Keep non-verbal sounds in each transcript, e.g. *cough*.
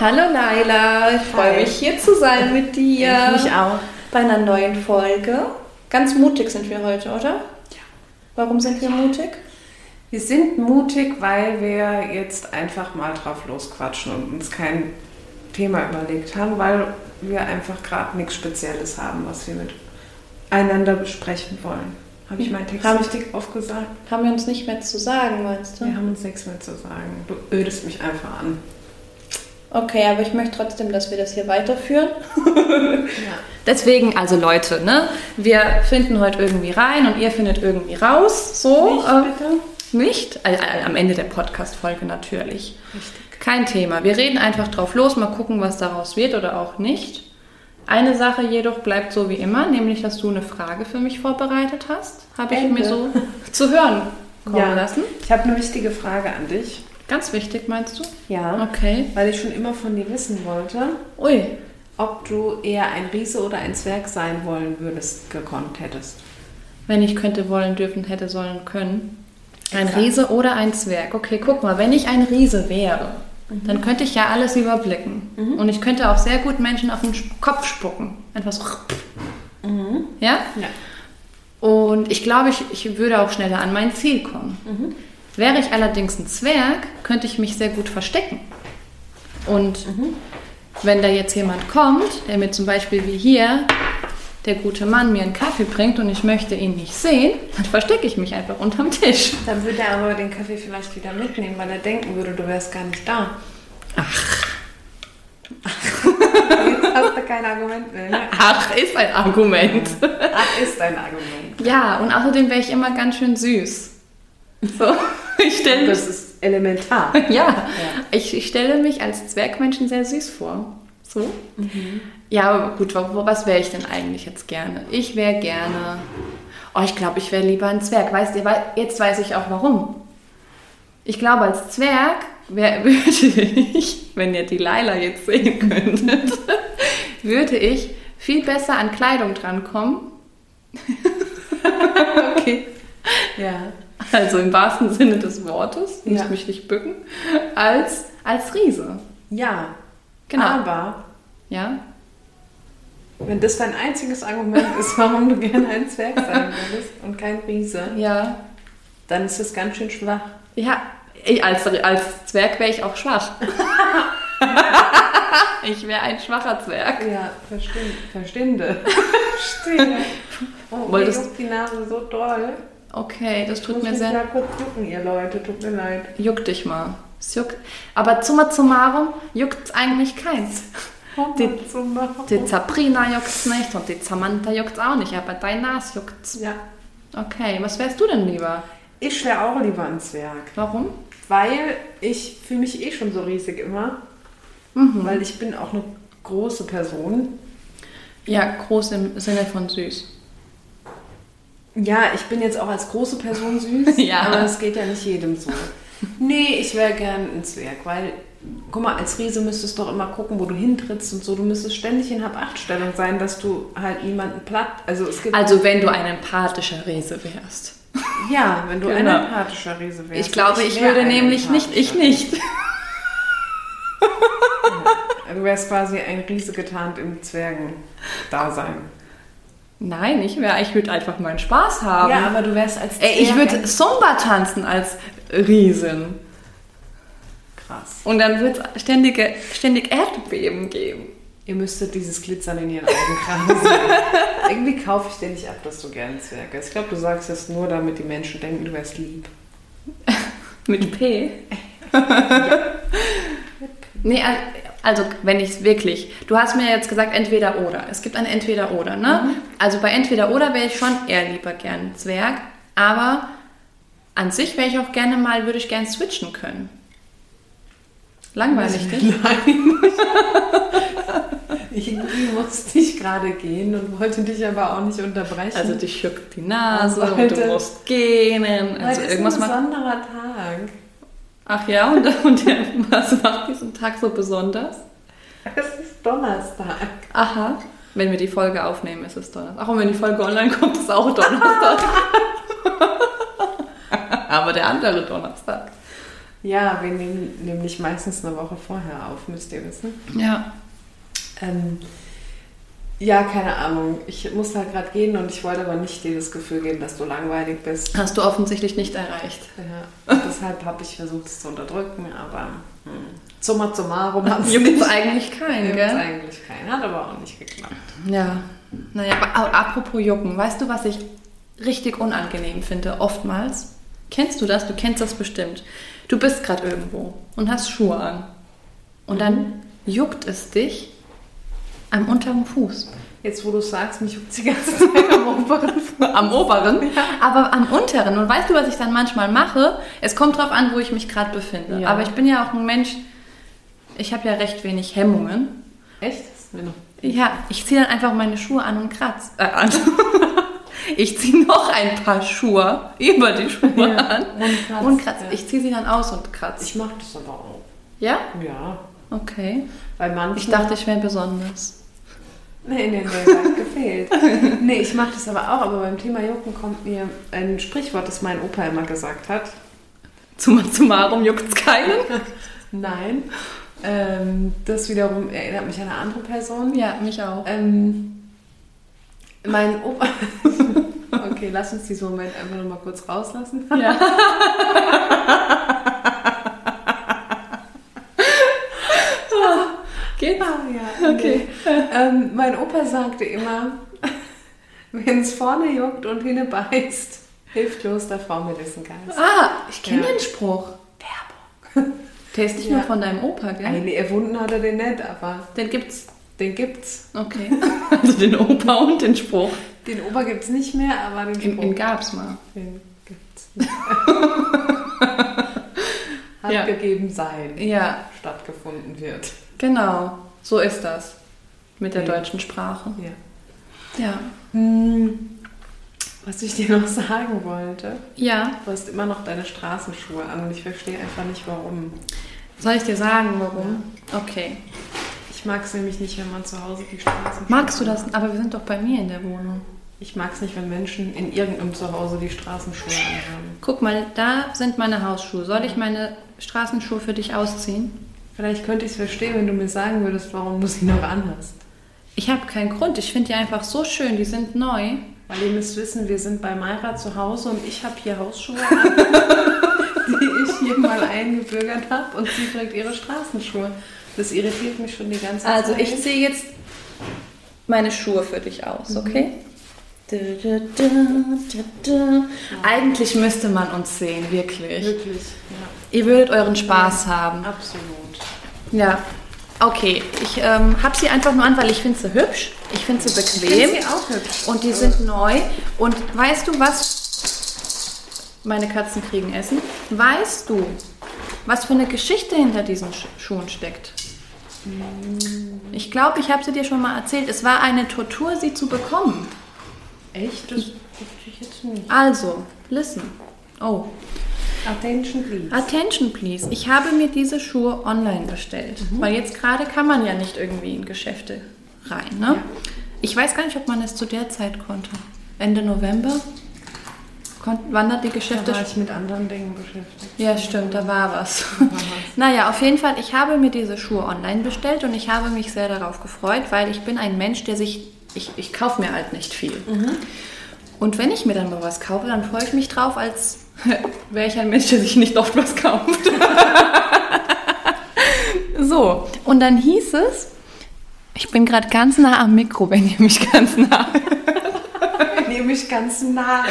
Hallo Laila, ich freue mich hier zu sein mit dir. Ich mich auch. Bei einer neuen Folge. Ganz mutig sind wir heute, oder? Ja. Warum sind wir mutig? Wir sind mutig, weil wir jetzt einfach mal drauf losquatschen und uns kein Thema überlegt haben, weil wir einfach gerade nichts Spezielles haben, was wir miteinander besprechen wollen. Habe ich meinen Text Haben- richtig aufgesagt? Haben wir uns nicht mehr zu sagen, meinst du? Wir haben uns nichts mehr zu sagen. Du ödest mich einfach an. Okay, aber ich möchte trotzdem, dass wir das hier weiterführen. Deswegen, also Leute, ne? Wir finden heute irgendwie rein und ihr findet irgendwie raus. So. äh, Nicht, bitte? Nicht? Äh, äh, am Ende der Podcast-Folge natürlich. Richtig. Kein Thema. Wir reden einfach drauf los, mal gucken, was daraus wird oder auch nicht. Eine Sache jedoch bleibt so wie immer, nämlich, dass du eine Frage für mich vorbereitet hast. Habe ich Ende. mir so zu hören kommen lassen. Ich habe eine wichtige Frage an dich. Ganz wichtig, meinst du? Ja. Okay. Weil ich schon immer von dir wissen wollte, Ui, ob du eher ein Riese oder ein Zwerg sein wollen würdest, gekonnt hättest. Wenn ich könnte, wollen, dürfen, hätte, sollen, können. Ein Exakt. Riese oder ein Zwerg. Okay, guck mal, wenn ich ein Riese wäre, dann könnte ich ja alles überblicken. Und ich könnte auch sehr gut Menschen auf den Sch- Kopf spucken. Einfach so. Ja? Ja. Und ich glaube, ich, ich würde auch schneller an mein Ziel kommen. Wäre ich allerdings ein Zwerg, könnte ich mich sehr gut verstecken. Und wenn da jetzt jemand kommt, der mir zum Beispiel wie hier, der gute Mann mir einen Kaffee bringt und ich möchte ihn nicht sehen, dann verstecke ich mich einfach unterm Tisch. Dann würde er aber den Kaffee vielleicht wieder mitnehmen, weil er denken würde, du wärst gar nicht da. Ach. Jetzt hast du kein Argument mehr. Ne? Ach, ist ein Argument. Ach, ist dein Argument. Ja, und außerdem wäre ich immer ganz schön süß. So, *laughs* ich stelle mich, Das ist elementar. *laughs* ja, ich, ich stelle mich als Zwergmenschen sehr süß vor. So? Ja, aber gut, wa- wo- was wäre ich denn eigentlich jetzt gerne? Ich wäre gerne. Oh, ich glaube, ich wäre lieber ein Zwerg. Weißt ihr, weil- jetzt weiß ich auch warum. Ich glaube, als Zwerg wär, *laughs* würde ich, wenn ihr die Laila jetzt sehen könntet, *laughs* würde ich viel besser an Kleidung drankommen. *laughs* okay. Ja. Also im wahrsten Sinne des Wortes, ich Ja. muss mich nicht bücken, als, als Riese. Ja. Genau. Aber Ja? wenn das dein einziges Argument ist, warum du gerne ein Zwerg sein würdest und kein Riese, Ja. dann ist das ganz schön schwach. Ja, ich- als, als Zwerg wäre ich auch schwach. *laughs* ich wäre ein schwacher Zwerg. Ja, verstehen. Verstehende. Verstehende. Oh, mir Wolltest- juckt die Nase so doll. Okay, das tut Muss mir mich sehr. mal kurz jucken, ihr Leute. Tut mir leid. Juckt dich mal. Es juckt. Aber summa summarum juckt's eigentlich keins. Die, zu machen. die Sabrina juckt's nicht und die Samantha juckt's auch nicht, aber dein Nas juckt's. Ja. Okay, was wärst du denn lieber? Ich wäre auch lieber ein Zwerg, Warum? weil ich fühle mich eh schon so riesig immer. Mhm. Weil ich bin auch eine große Person. Ja, groß im Sinne von süß. Ja, ich bin jetzt auch als große Person *laughs* süß, Ja. aber es geht ja nicht *laughs* jedem so. Nee, ich wäre gern ein Zwerg, weil, guck mal, als Riese müsstest du doch immer gucken, wo du hintrittst und so. Du müsstest ständig in Hab-Acht-Stellung sein, dass du halt niemanden platt... Also es gibt... Also wenn du ein empathischer Riese wärst. ja, wenn du ein Genau. empathischer Riese wärst. Ich glaube, ich wär würde ein nämlich nicht, ich empathischer. nicht. *laughs* Du wärst quasi ein Riese getarnt im Zwergen-Dasein. Nein, ich wäre, ich würde einfach meinen Spaß haben. ja, aber du wärst als Ey, ich würde Zumba tanzen als Riesen. krass. Und dann wird es ständige, ständig Erdbeben geben. Ihr müsstet dieses Glitzern in ihren Augen gerade *laughs* sehen. Irgendwie kaufe ich dir nicht ab, dass du gerne Zwerg bist. Ich glaube, du sagst das nur, damit die Menschen denken, du wärst lieb. Mit P. *laughs* nee, al- also wenn ich es wirklich. Du hast mir jetzt gesagt, entweder oder. Es gibt ein entweder oder, ne? Also bei entweder oder wäre ich schon eher lieber gern ein Zwerg. Aber an sich wäre ich auch gerne mal, würde ich gern switchen können. Langweilig, nicht? Also *laughs* Nein. Irgendwie musste ich gerade gehen und wollte dich aber auch nicht unterbrechen. Also dich juckt die Nase Also, und du Alter. musst gehen. Heute Also irgendwas ist ein macht. besonderer Tag. Ach ja, und, *laughs* und der, was macht diesen Tag so besonders? Es ist Donnerstag. Aha. Wenn wir die Folge aufnehmen, ist es Donnerstag. Auch und wenn die Folge online kommt, ist auch *laughs* Donnerstag. Aber der andere Donnerstag. Ja, wir nehmen nämlich meistens eine Woche vorher auf, müsst ihr wissen. Ja. Ähm, ja, keine Ahnung. Ich muss da gerade gehen und ich wollte aber nicht dir das Gefühl geben, dass du langweilig bist. Hast du offensichtlich nicht erreicht. Ja, deshalb habe ich versucht, es zu unterdrücken, aber hm. summa summarum hat es Juckt's eigentlich keinen, Juckt's gell? eigentlich keinen. Hat aber auch nicht geklappt. Ja. Naja, aber au- apropos Jucken, weißt du, was ich richtig unangenehm finde, oftmals? Kennst du das? Du kennst das bestimmt. Du bist gerade irgendwo und hast Schuhe an. Und dann juckt es dich am unteren Fuß. Jetzt, wo du sagst, mich juckt die ganze Zeit am oberen Am oberen, aber am unteren. Und weißt du, was ich dann manchmal mache? Es kommt drauf an, wo ich mich gerade befinde. Ja. Aber ich bin ja auch ein Mensch, ich habe ja recht wenig Hemmungen. Echt? Das ist mir noch Ja, ich ziehe dann einfach meine Schuhe an und kratz. Äh, an. *laughs* Ich ziehe noch ein paar Schuhe über die Schuhe Ja, an *laughs* und kratz, und kratz. ja. Ich ziehe sie dann aus und kratz. Ich mache das aber auch. Ja? Ja. Okay. Weil manchmal. Ich dachte, ich wäre besonders. Nee, nee, nee, weit *laughs* gefehlt. nee, ich mache das aber auch, aber beim Thema Jucken kommt mir ein Sprichwort, das mein Opa immer gesagt hat. Zum Summarum juckt's keinen. Nein. Ähm, das wiederum erinnert mich an eine andere Person. Ja, mich auch. Ähm, mein Opa. *laughs* okay, lass uns diesen Moment einfach nochmal kurz rauslassen. Ja. Geht? Ah, *laughs* ja, *laughs* okay. ähm, mein Opa sagte immer, wenn es vorne juckt und hinne beißt, hilft Klosterfrau Melissengeist. Ah, ich kenne Ja. den Spruch. Werbung. Der ist nicht Ja. nur von deinem Opa, Ey, gell? nee, erfunden hat er den nicht, aber Den gibt's. den gibt's. Okay. *laughs* Also den Opa und den Spruch. Den Opa gibt's nicht mehr, aber den Den, den Spruch, gab's mal. den gibt's nicht. *laughs* Hat Ja. gegeben sein, Ja, stattgefunden wird. genau. So ist das mit der Mhm. deutschen Sprache. Ja. Ja. Hm, was ich dir noch sagen wollte, Ja. du hast immer noch deine Straßenschuhe an und ich verstehe einfach nicht warum. Soll ich dir sagen, warum? Okay. Ich mag es nämlich nicht, wenn man zu Hause die Straßenschuhe Magst du das? Aber wir sind doch bei mir in der Wohnung. Ich mag es nicht, wenn Menschen in irgendeinem Zuhause die Straßenschuhe anhaben. Guck mal, da sind meine Hausschuhe. Soll ich meine Straßenschuhe für dich ausziehen? Vielleicht könnte ich es verstehen, wenn du mir sagen würdest, warum du sie noch anhast. Ich habe keinen Grund. Ich finde die einfach so schön. Die sind neu. Weil ihr müsst wissen, wir sind bei Mayra zu Hause und ich habe hier Hausschuhe an, *laughs* die ich hier mal eingebürgert habe und sie trägt ihre Straßenschuhe. Das irritiert mich schon die ganze Also Zeit. ich ziehe jetzt meine Schuhe für dich aus, okay? Du, du, du, du, du. Eigentlich müsste man uns sehen, wirklich. Wirklich, ja, Ihr würdet euren Spaß haben. absolut. Ja. Okay, ich ähm, habe sie einfach nur an, weil ich finde sie hübsch, ich finde sie bequem Ich auch hübsch. und die sind neu. Und weißt du was? Meine Katzen kriegen Essen. Weißt du, was für eine Geschichte hinter diesen Sch Schuhen steckt? Ich glaube, ich habe sie dir schon mal erzählt. Es war eine Tortur, sie zu bekommen. Echt? Das wusste ich jetzt nicht. Also, listen. Oh, Attention please. Attention please. Ich habe mir diese Schuhe online bestellt, Mhm. weil jetzt gerade kann man ja nicht irgendwie in Geschäfte rein. Ne? Ja. Ich weiß gar nicht, ob man es zu der Zeit konnte. Ende November konnten, wandert die Geschäfte. Da war ich mit anderen Dingen beschäftigt. ja, stimmt, da war was. *laughs* naja, auf jeden Fall, ich habe mir diese Schuhe online bestellt und ich habe mich sehr darauf gefreut, weil ich bin ein Mensch, der sich, ich, ich kaufe mir halt nicht viel. Und wenn ich mir dann mal was kaufe, dann freue ich mich drauf, als *laughs* wäre ich ein Mensch, der sich nicht oft was kauft. *laughs* so, und dann hieß es, ich bin gerade ganz nah am Mikro, wenn ihr mich ganz *laughs* nah. Ich nehme mich ganz nah.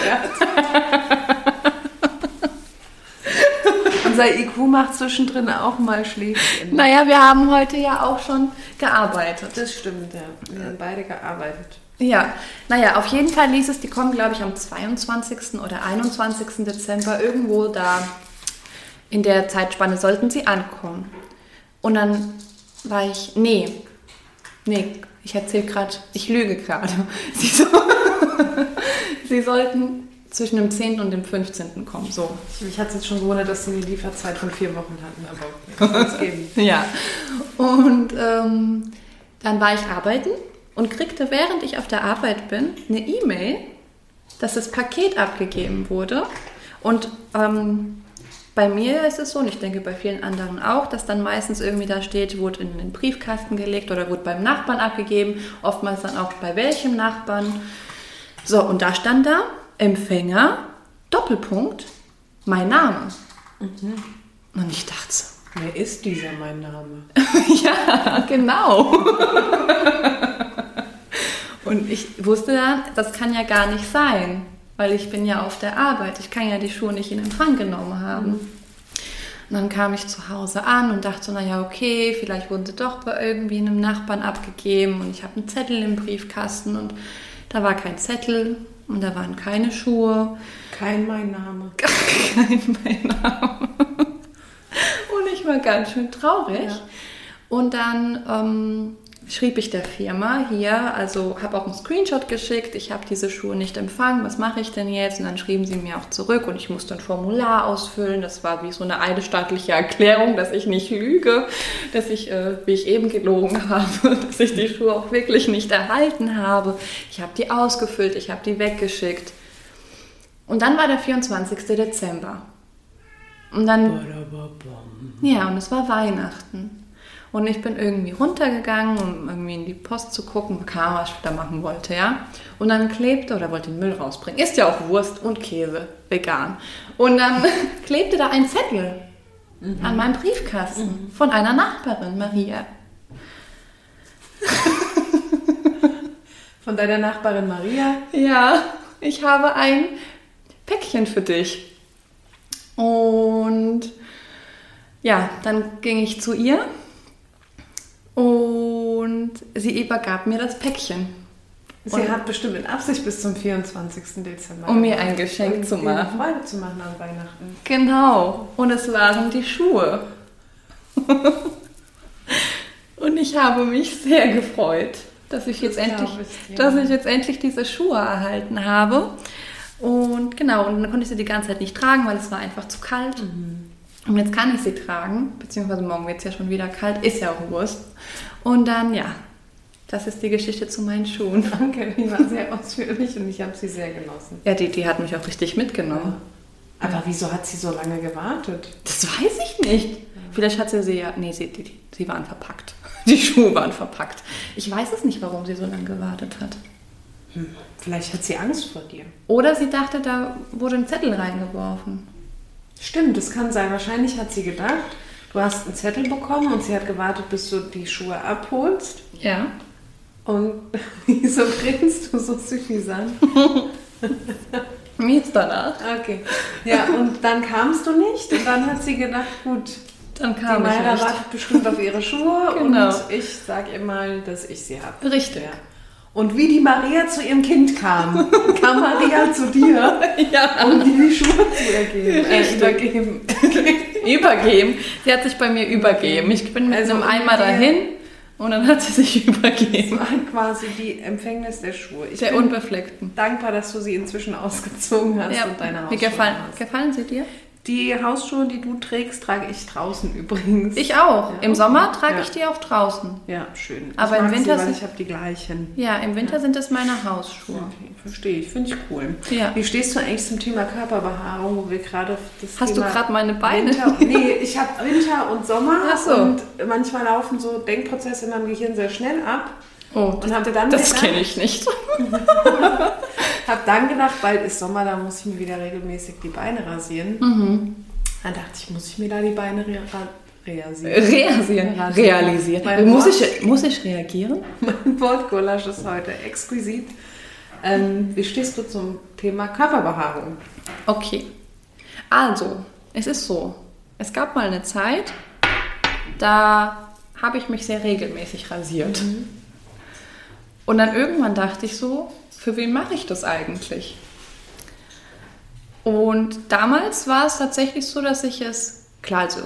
*laughs* Unser IQ macht zwischendrin auch mal Schläfchen. Naja, wir haben heute ja auch schon gearbeitet. Das stimmt, ja. Wir Äh. haben beide gearbeitet. Ja, naja, auf jeden Fall ließ es, die kommen, glaube ich, am 22. oder 21. Dezember irgendwo da in der Zeitspanne sollten sie ankommen. Und dann war ich, nee, nee, ich erzähle gerade, ich lüge gerade. *laughs* Sie, so, sie sollten zwischen dem 10. und dem 15. kommen, so. Mich hat es jetzt schon gewundert, dass sie eine Lieferzeit von vier Wochen hatten, aber okay, es geben. *laughs* Ja. Und ähm, dann war ich arbeiten und kriegte, während ich auf der Arbeit bin, eine E-Mail, dass das Paket abgegeben wurde. Und ähm, Bei mir ist es so, und ich denke bei vielen anderen auch, dass dann meistens irgendwie da steht, wurde in den Briefkasten gelegt oder wurde beim Nachbarn abgegeben, oftmals dann auch bei welchem Nachbarn. So, und da stand da Empfänger, Doppelpunkt, mein Name. Und ich dachte so, Wer ist dieser mein Name? ja, *laughs* genau. Und ich wusste dann, das kann ja gar nicht sein, weil ich bin ja auf der Arbeit. Ich kann ja die Schuhe nicht in Empfang genommen haben. Und dann kam ich zu Hause an und dachte so, naja, okay, vielleicht wurden sie doch bei irgendwie einem Nachbarn abgegeben und ich habe einen Zettel im Briefkasten und da war kein Zettel und da waren keine Schuhe. Kein mein Name. Kein Männer. Und ich war ganz schön traurig. Ja. Und dann ähm, schrieb ich der Firma hier, also habe auch einen Screenshot geschickt, ich habe diese Schuhe nicht empfangen, was mache ich denn jetzt? Und dann schrieben sie mir auch zurück und ich musste ein Formular ausfüllen. Das war wie so eine eidesstaatliche Erklärung, dass ich nicht lüge, dass ich, äh, wie ich eben gelogen *laughs* habe, dass ich die Schuhe auch wirklich nicht erhalten habe. Ich habe die ausgefüllt, ich habe die weggeschickt. Und dann war der 24. Dezember. Und dann Badababam. ja, und es war Weihnachten. Und ich bin irgendwie runtergegangen, um irgendwie in die Post zu gucken, kam, was ich da machen wollte, ja. Und dann klebte, oder wollte den Müll rausbringen, ist ja auch Wurst und Käse, vegan. Und dann *laughs* klebte da ein Zettel an meinem Briefkasten von einer Nachbarin, Maria. Von deiner Nachbarin Maria. Ja, ich habe ein Päckchen für dich. Und ja, dann ging ich zu ihr und sie übergab mir das Päckchen, Sie Und- hat bestimmt in Absicht bis zum 24. Dezember. um mir ein Geschenk Und zu dir machen. Freude zu machen an Weihnachten. Genau, und es waren die Schuhe. *laughs* und ich habe mich sehr gefreut, dass ich jetzt Das endlich, glaub ich dir. dass ich jetzt endlich diese Schuhe erhalten habe. Und genau, und dann konnte ich sie die ganze Zeit nicht tragen, weil es war einfach zu kalt. Und jetzt kann ich sie tragen, beziehungsweise morgen wird es ja schon wieder kalt, ist ja auch Wurst. Und dann, ja, das ist die Geschichte zu meinen Schuhen. Danke, die war sehr ausführlich und ich habe sie sehr genossen. Ja, die, die hat mich auch richtig mitgenommen. Aber wieso hat sie so lange gewartet? Das weiß ich nicht. Vielleicht hat sie sie ja. Nee, sie, die, die- sie waren verpackt. *laughs* Die Schuhe waren verpackt. Ich weiß es nicht, warum sie so lange gewartet hat. Vielleicht hat sie Angst vor dir. Oder sie dachte, da wurde ein Zettel reingeworfen. Stimmt, das kann sein. Wahrscheinlich hat sie gedacht, du hast einen Zettel bekommen und sie hat gewartet, bis du die Schuhe abholst. Ja. Und *laughs* wieso grinst du so süffisant? Mir jetzt danach. Okay. Ja, und dann kamst du nicht und dann hat sie gedacht, gut, Dann die kam Mayra ich nicht. wartet bestimmt auf *laughs* ihre Schuhe Genau. und ich sag ihr mal, dass ich sie habe. Richtig. Ja. Und wie die Maria zu ihrem Kind *laughs* kam, kam Maria zu dir Ja. *laughs* *laughs* und dir die Schuhe zu ergeben, äh, Richtig. übergeben. *laughs* Übergeben. Sie hat sich bei mir übergeben. Ich bin mit Also einem Eimer der- dahin und dann hat sie sich *laughs* Das übergeben. war quasi die Empfängnis der Schuhe. Ich Der bin unbefleckten. dankbar, dass du sie inzwischen ausgezogen hast und deine Wie Hausschuhe gefallen, hast. gefallen sie dir? Die Hausschuhe, die du trägst, trage ich draußen übrigens. Ich auch. Ja. Im Sommer trage Ja. ich die auch draußen. Ja, schön. Ich Aber im mag Winter sie, weil sind- ich habe die gleichen. Ja, im Winter sind es meine Hausschuhe. Okay, verstehe ich. Finde ich cool. Ja. Wie stehst du eigentlich zum Thema Körperbehaarung, wo wir gerade das Hast du Thema gerade meine Beine? Winter, nee, ich habe Winter und Sommer Ach so. und manchmal laufen so Denkprozesse in meinem Gehirn sehr schnell ab Oh, und habe dann das gedacht, kenne ich nicht. Hab dann gedacht, bald ist Sommer, da muss ich mir wieder regelmäßig die Beine rasieren. Mhm. Dann dachte ich, muss ich mir da die Beine re ra- realisieren? *laughs* Realisieren. Mein Realisieren. Muss ich, muss ich reagieren? *laughs* Mein Wortgulasch ist heute exquisit. Ähm, wie stehst du zum Thema Körperbehaarung? Okay. Also, es ist so. Es gab mal eine Zeit, da habe ich mich sehr regelmäßig rasiert. Und dann irgendwann dachte ich so, für wen mache ich das eigentlich? Und damals war es tatsächlich so, dass ich es, klar, also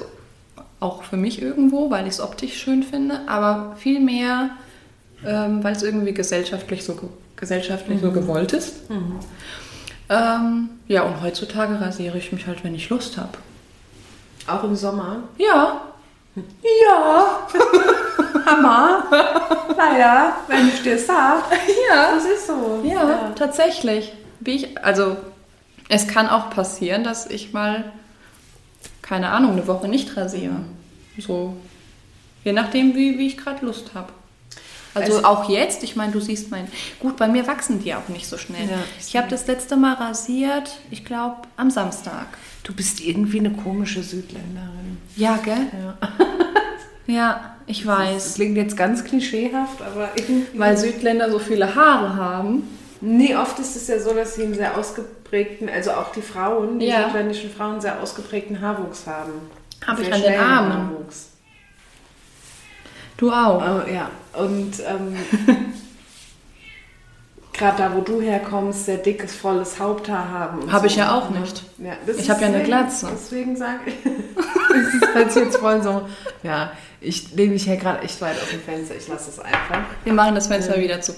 auch für mich irgendwo, weil ich es optisch schön finde, aber vielmehr, ähm, weil es irgendwie gesellschaftlich so, ge- gesellschaftlich so gewollt ist. Ähm, ja, und heutzutage rasiere ich mich halt, wenn ich Lust habe. Auch im Sommer? Ja, Ja! Hammer! naja, wenn ich dir sag, *laughs* ja, das ist so. ja, tatsächlich. Wie ich, also, es kann auch passieren, dass ich mal keine Ahnung, eine Woche nicht rasiere. So, je nachdem, wie, wie ich gerade Lust habe. Also, Also- auch jetzt, ich meine, du siehst mein. Gut, bei mir wachsen die auch nicht so schnell. Ja. ich habe das letzte Mal rasiert, ich glaube, am Samstag. Du bist irgendwie eine komische Südländerin. Ja, gell? Ja. Ja, ich Das weiß. klingt jetzt ganz klischeehaft, aber irgendwie. Weil Südländer so viele Haare haben. Nee, oft ist es ja so, dass sie einen sehr ausgeprägten, also auch die Frauen, die Ja. südländischen Frauen, sehr ausgeprägten Haarwuchs haben. Hab ich Sehr an den schnellen Armen. Haarwuchs. Du auch. Äh, ja, und *laughs* ähm, gerade da, wo du herkommst, sehr dickes, volles Haupthaar haben. und Habe ich ja auch nicht. Ja, das Ich ist hab ja eine deswegen- Glatze. Deswegen sage *laughs* ich, es ist halt jetzt voll so, ja, ich lehne mich ja gerade echt weit aus dem Fenster, ich lasse es einfach. Wir machen das Fenster wieder *laughs* zu.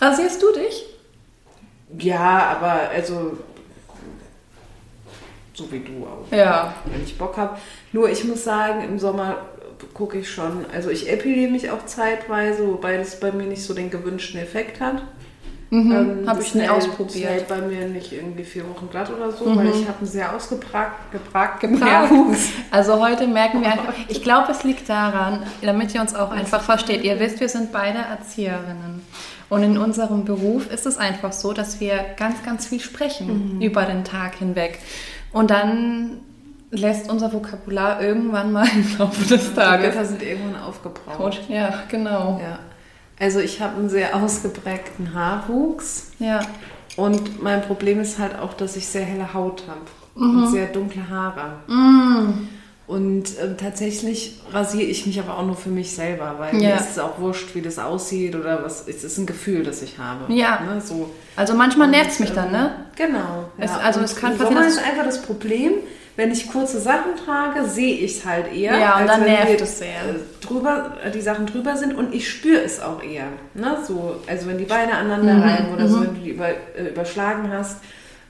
Rasierst du dich? Ja, aber also, so wie du auch. Ja. wenn ich Bock habe. Nur ich muss sagen, im Sommer gucke ich schon. Also ich epiliere mich auch zeitweise, wobei das bei mir nicht so den gewünschten Effekt hat. Ähm, Mhm, hab das ich nie hält- ausprobiert. Mhm. Das hält bei mir nicht irgendwie vier Wochen glatt oder so, weil ich habe einen sehr ausgepragt, gepragt, Gepragt. Haarwuchs. Also heute merken wir einfach, ich glaube, es liegt daran, damit ihr uns auch einfach versteht. Ihr wisst, wir sind beide Erzieherinnen. Und in unserem Beruf ist es einfach so, dass wir ganz, ganz viel sprechen Mhm. über den Tag hinweg. Und dann lässt unser Vokabular irgendwann mal im Laufe des Die Tages. Götter sind irgendwann aufgebraucht. Gut, Ja, genau. Ja. Also ich habe einen sehr ausgeprägten Haarwuchs Ja. und mein Problem ist halt auch, dass ich sehr helle Haut habe Mhm. und sehr dunkle Haare. Und ähm, tatsächlich rasiere ich mich aber auch nur für mich selber, weil Ja. mir ist es auch wurscht, wie das aussieht oder was. Es ist ein Gefühl, das ich habe. Ja. Ne, so. Also manchmal nervt es mich dann, ne? Genau. Es- also Und es kann im passieren, Sommer dass- ist einfach das Problem, wenn ich kurze Sachen trage, sehe ich es halt eher. Ja, und dann wenn nervt die, es sehr. äh, Drüber, äh, die Sachen drüber sind und ich spüre es auch eher. Ne? So, also wenn die Beine aneinander Mhm. reiben oder so, wenn du die über, äh, überschlagen hast.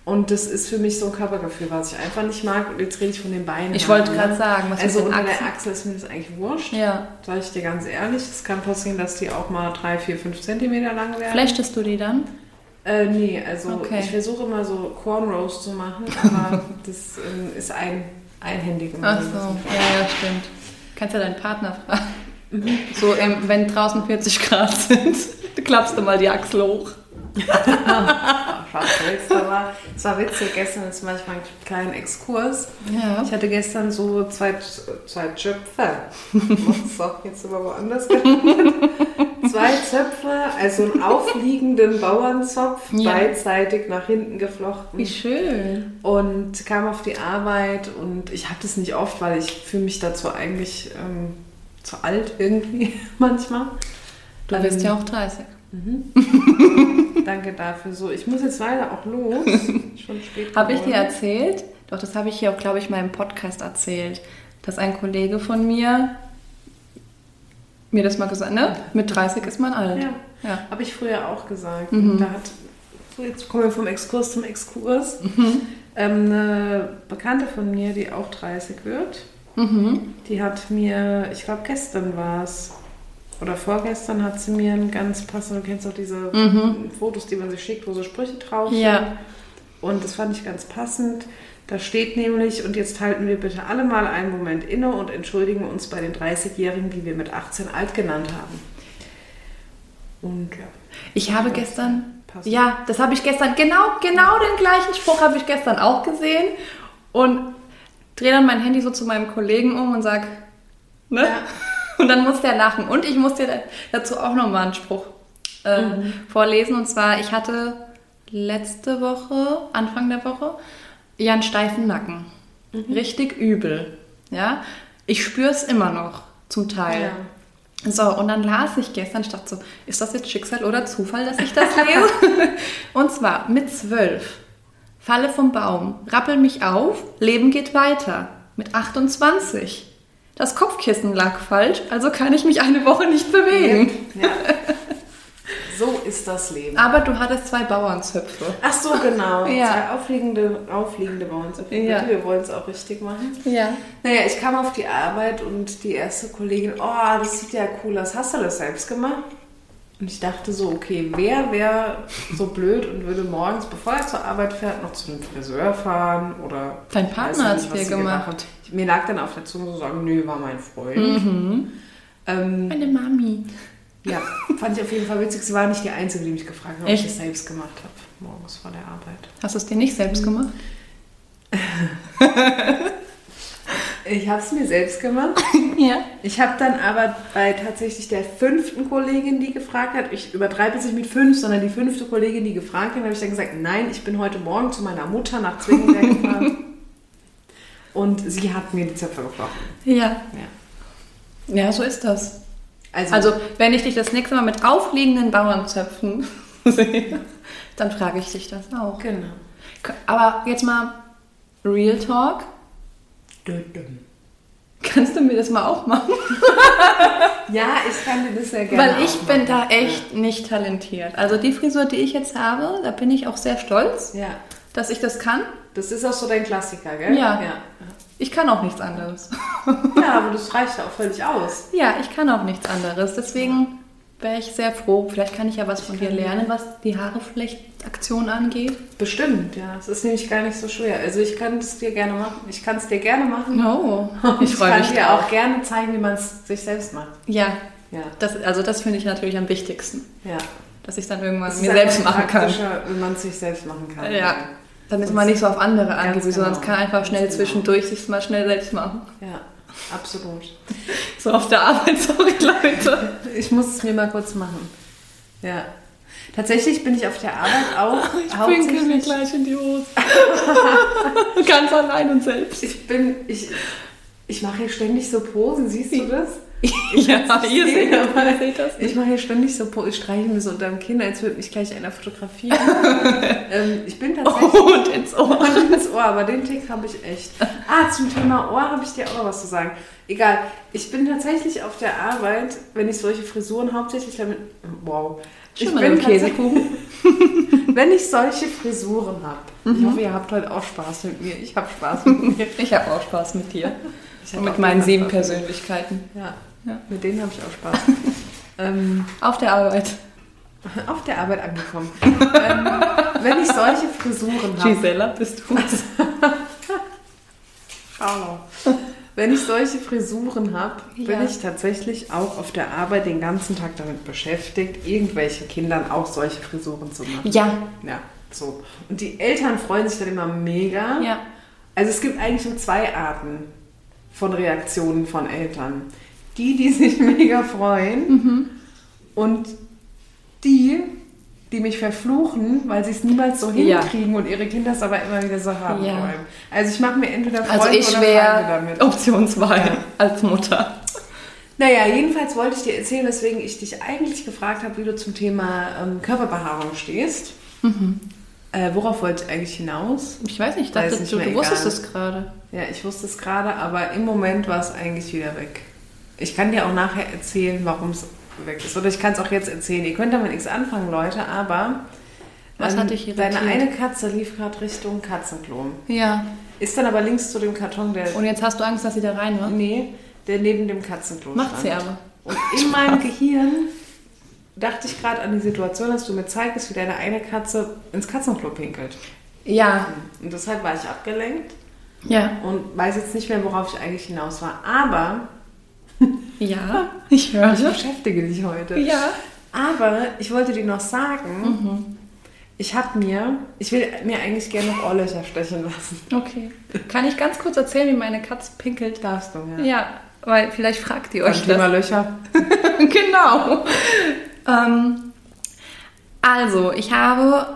Und das ist für mich so ein Körpergefühl, was ich einfach nicht mag. Und jetzt rede ich von den Beinen. Ich wollte ne? gerade sagen, was mit also den unter der Achsen- Achsel ist mir das eigentlich wurscht. Ja. Sag ich dir ganz ehrlich, es kann passieren, dass die auch mal 3, 4, 5 Zentimeter lang werden. Flechtest du die dann? Äh, nee, also Okay. ich versuche immer so Cornrows zu machen, *laughs* aber das ähm, ist ein, einhändig Ach gemacht. so, ja, ja, stimmt. Kannst ja deinen Partner fragen. So, ähm, wenn draußen 40 Grad sind, *laughs* du klappst du mal die Achsel hoch. aber es war witzig, gestern ist manchmal ein kleiner Exkurs. Ja. Ich hatte gestern so zwei, zwei Zöpfe. So, jetzt immer woanders gelandet. Zwei Zöpfe, also einen aufliegenden Bauernzopf, Ja. beidseitig nach hinten geflochten. Wie schön. und kam auf die Arbeit und ich habe das nicht oft, weil ich fühle mich dazu eigentlich ähm, zu alt irgendwie *laughs* manchmal. Du Ähm, bist ja auch 30. Danke dafür. So, ich muss jetzt leider *laughs* auch los. Schon spät. Habe ich dir geworden. erzählt? Doch, das habe ich hier auch, glaube ich, mal im Podcast erzählt, dass ein Kollege von mir mir das mal gesagt ne? Mit 30 ist man alt. Ja. Ja. Mhm. Habe ich früher auch gesagt. Da hat, so jetzt kommen wir vom Exkurs zum Exkurs. Mhm. Ähm, eine Bekannte von mir, die auch 30 wird, Mhm. die hat mir, ich glaube gestern war es, oder vorgestern hat sie mir ein ganz passendes, du kennst doch diese Fotos, die man sich schickt, wo so Sprüche drauf sind. Mhm. Ja. Und das fand ich ganz passend. Da steht nämlich, und jetzt halten wir bitte alle mal einen Moment inne und entschuldigen uns bei den 30-Jährigen, die wir mit 18 alt genannt haben. Und ja. Ich habe gestern, Passt. ja, das habe ich gestern, genau, genau den gleichen Spruch habe ich gestern auch gesehen und drehe dann mein Handy so zu meinem Kollegen um und sag, ne? Ja. *laughs* Und dann muss der lachen. Und ich muss dir da- dazu auch nochmal einen Spruch äh, Mhm. vorlesen. Und zwar, ich hatte letzte Woche, Anfang der Woche, ja einen steifen Nacken. Mhm. Richtig übel. Ja, ich spüre es immer noch zum Teil. Ja. So, und dann las ich gestern, ich dachte so, ist das jetzt Schicksal oder Zufall, dass ich *laughs* das lese? und zwar mit zwölf. Falle vom Baum, rappel mich auf, Leben geht weiter. Mit 28. Das Kopfkissen lag falsch, also kann ich mich eine Woche nicht bewegen. ja. So ist das Leben. Aber du hattest zwei Bauernzöpfe. Ach so, genau. Ah. Ja. Zwei aufliegende, aufliegende bei uns. Ja. Wir wollen es auch richtig machen. Ja. Naja, ich kam auf die Arbeit und die erste Kollegin, oh, das sieht ja cool aus. Hast du das selbst gemacht? Und ich dachte so, okay, wer wäre so blöd und würde morgens, bevor er zur Arbeit fährt, noch zu einem Friseur fahren oder. Dein ich Partner weiß nicht, hat's was dir sie gedacht gemacht. hat. Mir lag dann auf der Zunge zu sagen, nö, war mein Freund. Mhm. Ähm, Meine Mami. ja, fand ich auf jeden Fall witzig. Sie war nicht die Einzige, die mich gefragt hat, ob Echt? ich das selbst gemacht habe, morgens vor der Arbeit. Hast du es dir nicht selbst gemacht? Ich habe es mir selbst gemacht. Ja. Ich habe dann aber bei tatsächlich der fünften Kollegin, die gefragt hat, ich übertreibe jetzt nicht mit fünf, sondern die fünfte Kollegin, die gefragt hat, habe ich dann gesagt, nein, ich bin heute Morgen zu meiner Mutter *laughs* nach Zwingenberg gefahren. Und sie hat mir die Zöpfe gebrochen. Ja. Ja. Ja, so ist das. Also, Also, wenn ich dich das nächste Mal mit aufliegenden Bauernzöpfen *laughs* sehe, dann frage ich dich das auch. genau. Aber jetzt mal Real Talk. Kannst du mir das mal auch machen? Ja, ich kann dir das sehr gerne. Weil ich auch bin da machen. echt nicht talentiert. Also die Frisur, die ich jetzt habe, da bin ich auch sehr stolz, Ja, dass ich das kann. das ist auch so dein Klassiker, gell? Ja. Ja, Ich kann auch nichts anderes. *laughs* ja aber das reicht auch völlig aus. Ja, ich kann auch nichts anderes. Deswegen wäre ich sehr froh. Vielleicht kann ich ja was von dir lernen, was die Haareflechtaktion angeht. Bestimmt, ja. Es ist nämlich gar nicht so schwer. Also ich kann es dir gerne machen. Ich kann es dir gerne machen. No. Ich ich freue Oh, kann mich dir drauf. auch gerne zeigen, wie man es sich selbst macht. Ja, Ja, das, also das finde ich natürlich am wichtigsten. ja. Dass ich dann irgendwann Es mir ist selbst einfach machen kann. praktischer, Wenn man es sich selbst machen kann. Ja. Dann ist man nicht so auf andere angewiesen, sondern es genau. kann einfach schnell Ganz genau. zwischendurch sich mal schnell selbst machen. Ja, absolut. So auf der Arbeit, *laughs* sorry Leute. Ich muss es mir mal kurz machen. Ja. Tatsächlich bin ich auf der Arbeit auch *laughs* ich Pinkel mir hauptsächlich. gleich in die Hose. *laughs* Ganz allein und selbst. ich bin, ich, ich mache hier ständig so Posen, siehst du das? ja, ihr seht das, ihr seht das Ich nicht. mache hier ständig so Posen, ich streiche mir so unterm Kinn, als würde mich gleich einer *laughs* fotografieren. ähm, ich bin tatsächlich Oh, und ins Ohr. Manchmal ins Ohr, aber den Tick habe ich echt. Ah, zum Thema Ohr habe ich dir auch noch was zu sagen. Egal, ich bin tatsächlich auf der Arbeit, wenn ich solche Frisuren hauptsächlich damit. Wow. Schon ich mal bin im tatsächlich- Käsekuchen. Wenn ich solche Frisuren habe. Mhm. Ich hoffe, ihr habt heute auch Spaß mit mir. Ich habe Spaß mit mir. Ich habe auch Spaß mit dir. Ich *laughs* hab Und mit auch meinen Spaß sieben mit mir. Persönlichkeiten. Ja, Ja. mit denen habe ich *laughs* auch Spaß. ähm, Auf der Arbeit. auf der Arbeit angekommen. ähm, wenn ich solche Frisuren habe. Gisela, bist du es? Hallo. Wenn ich solche Frisuren habe, Ja. bin ich tatsächlich auch auf der Arbeit den ganzen Tag damit beschäftigt, irgendwelchen Kindern auch solche Frisuren zu machen. Ja. Ja, so. Und die Eltern freuen sich dann immer mega. Ja. Also es gibt eigentlich nur zwei Arten von Reaktionen von Eltern. Die, die sich *laughs* mega freuen Mhm. und die, die mich verfluchen, weil sie es niemals so Ja. hinkriegen und ihre Kinder es aber immer wieder so haben Ja. wollen. Also ich mache mir entweder Freunde Also ich Oh. oder Feinde wäre damit. Option 2 als Mutter. Naja, jedenfalls wollte ich dir erzählen, weswegen ich dich eigentlich gefragt habe, wie du zum Thema ähm, Körperbehaarung stehst. Mhm. Äh, worauf wollte ich eigentlich hinaus? Ich weiß nicht, ich Weiß dachte, nicht du, mehr, du wusstest egal. es gerade. Ja, ich wusste es gerade, aber im Moment war es eigentlich wieder weg. Ich kann dir auch nachher erzählen, warum es weg ist. Oder ich kann es auch jetzt erzählen. Ihr könnt damit nichts anfangen, Leute, aber ähm, Was hat dich irritiert? deine eine Katze lief gerade Richtung Katzenklo. Ja. Ist dann aber links zu dem Karton, der Und jetzt hast du Angst, dass sie da rein war? Nee, der neben dem Katzenklo Macht sie stand. aber. Und in meinem Gehirn dachte ich gerade an die Situation, dass du mir zeigst, wie deine eine Katze ins Katzenklo pinkelt. Ja. Und deshalb war ich abgelenkt Ja. und weiß jetzt nicht mehr, worauf ich eigentlich hinaus war. Aber Ja. Ich höre. ich beschäftige dich heute. Ja. Mhm. Aber ich wollte dir noch sagen, ich habe mir, ich will mir eigentlich gerne noch Ohrlöcher stechen lassen. Okay. Kann ich ganz kurz erzählen, wie meine Katze pinkelt? Darfst du, ja. Ja, weil vielleicht fragt ihr euch Beim Thema das. Löcher. *laughs* genau. Ähm, also, ich habe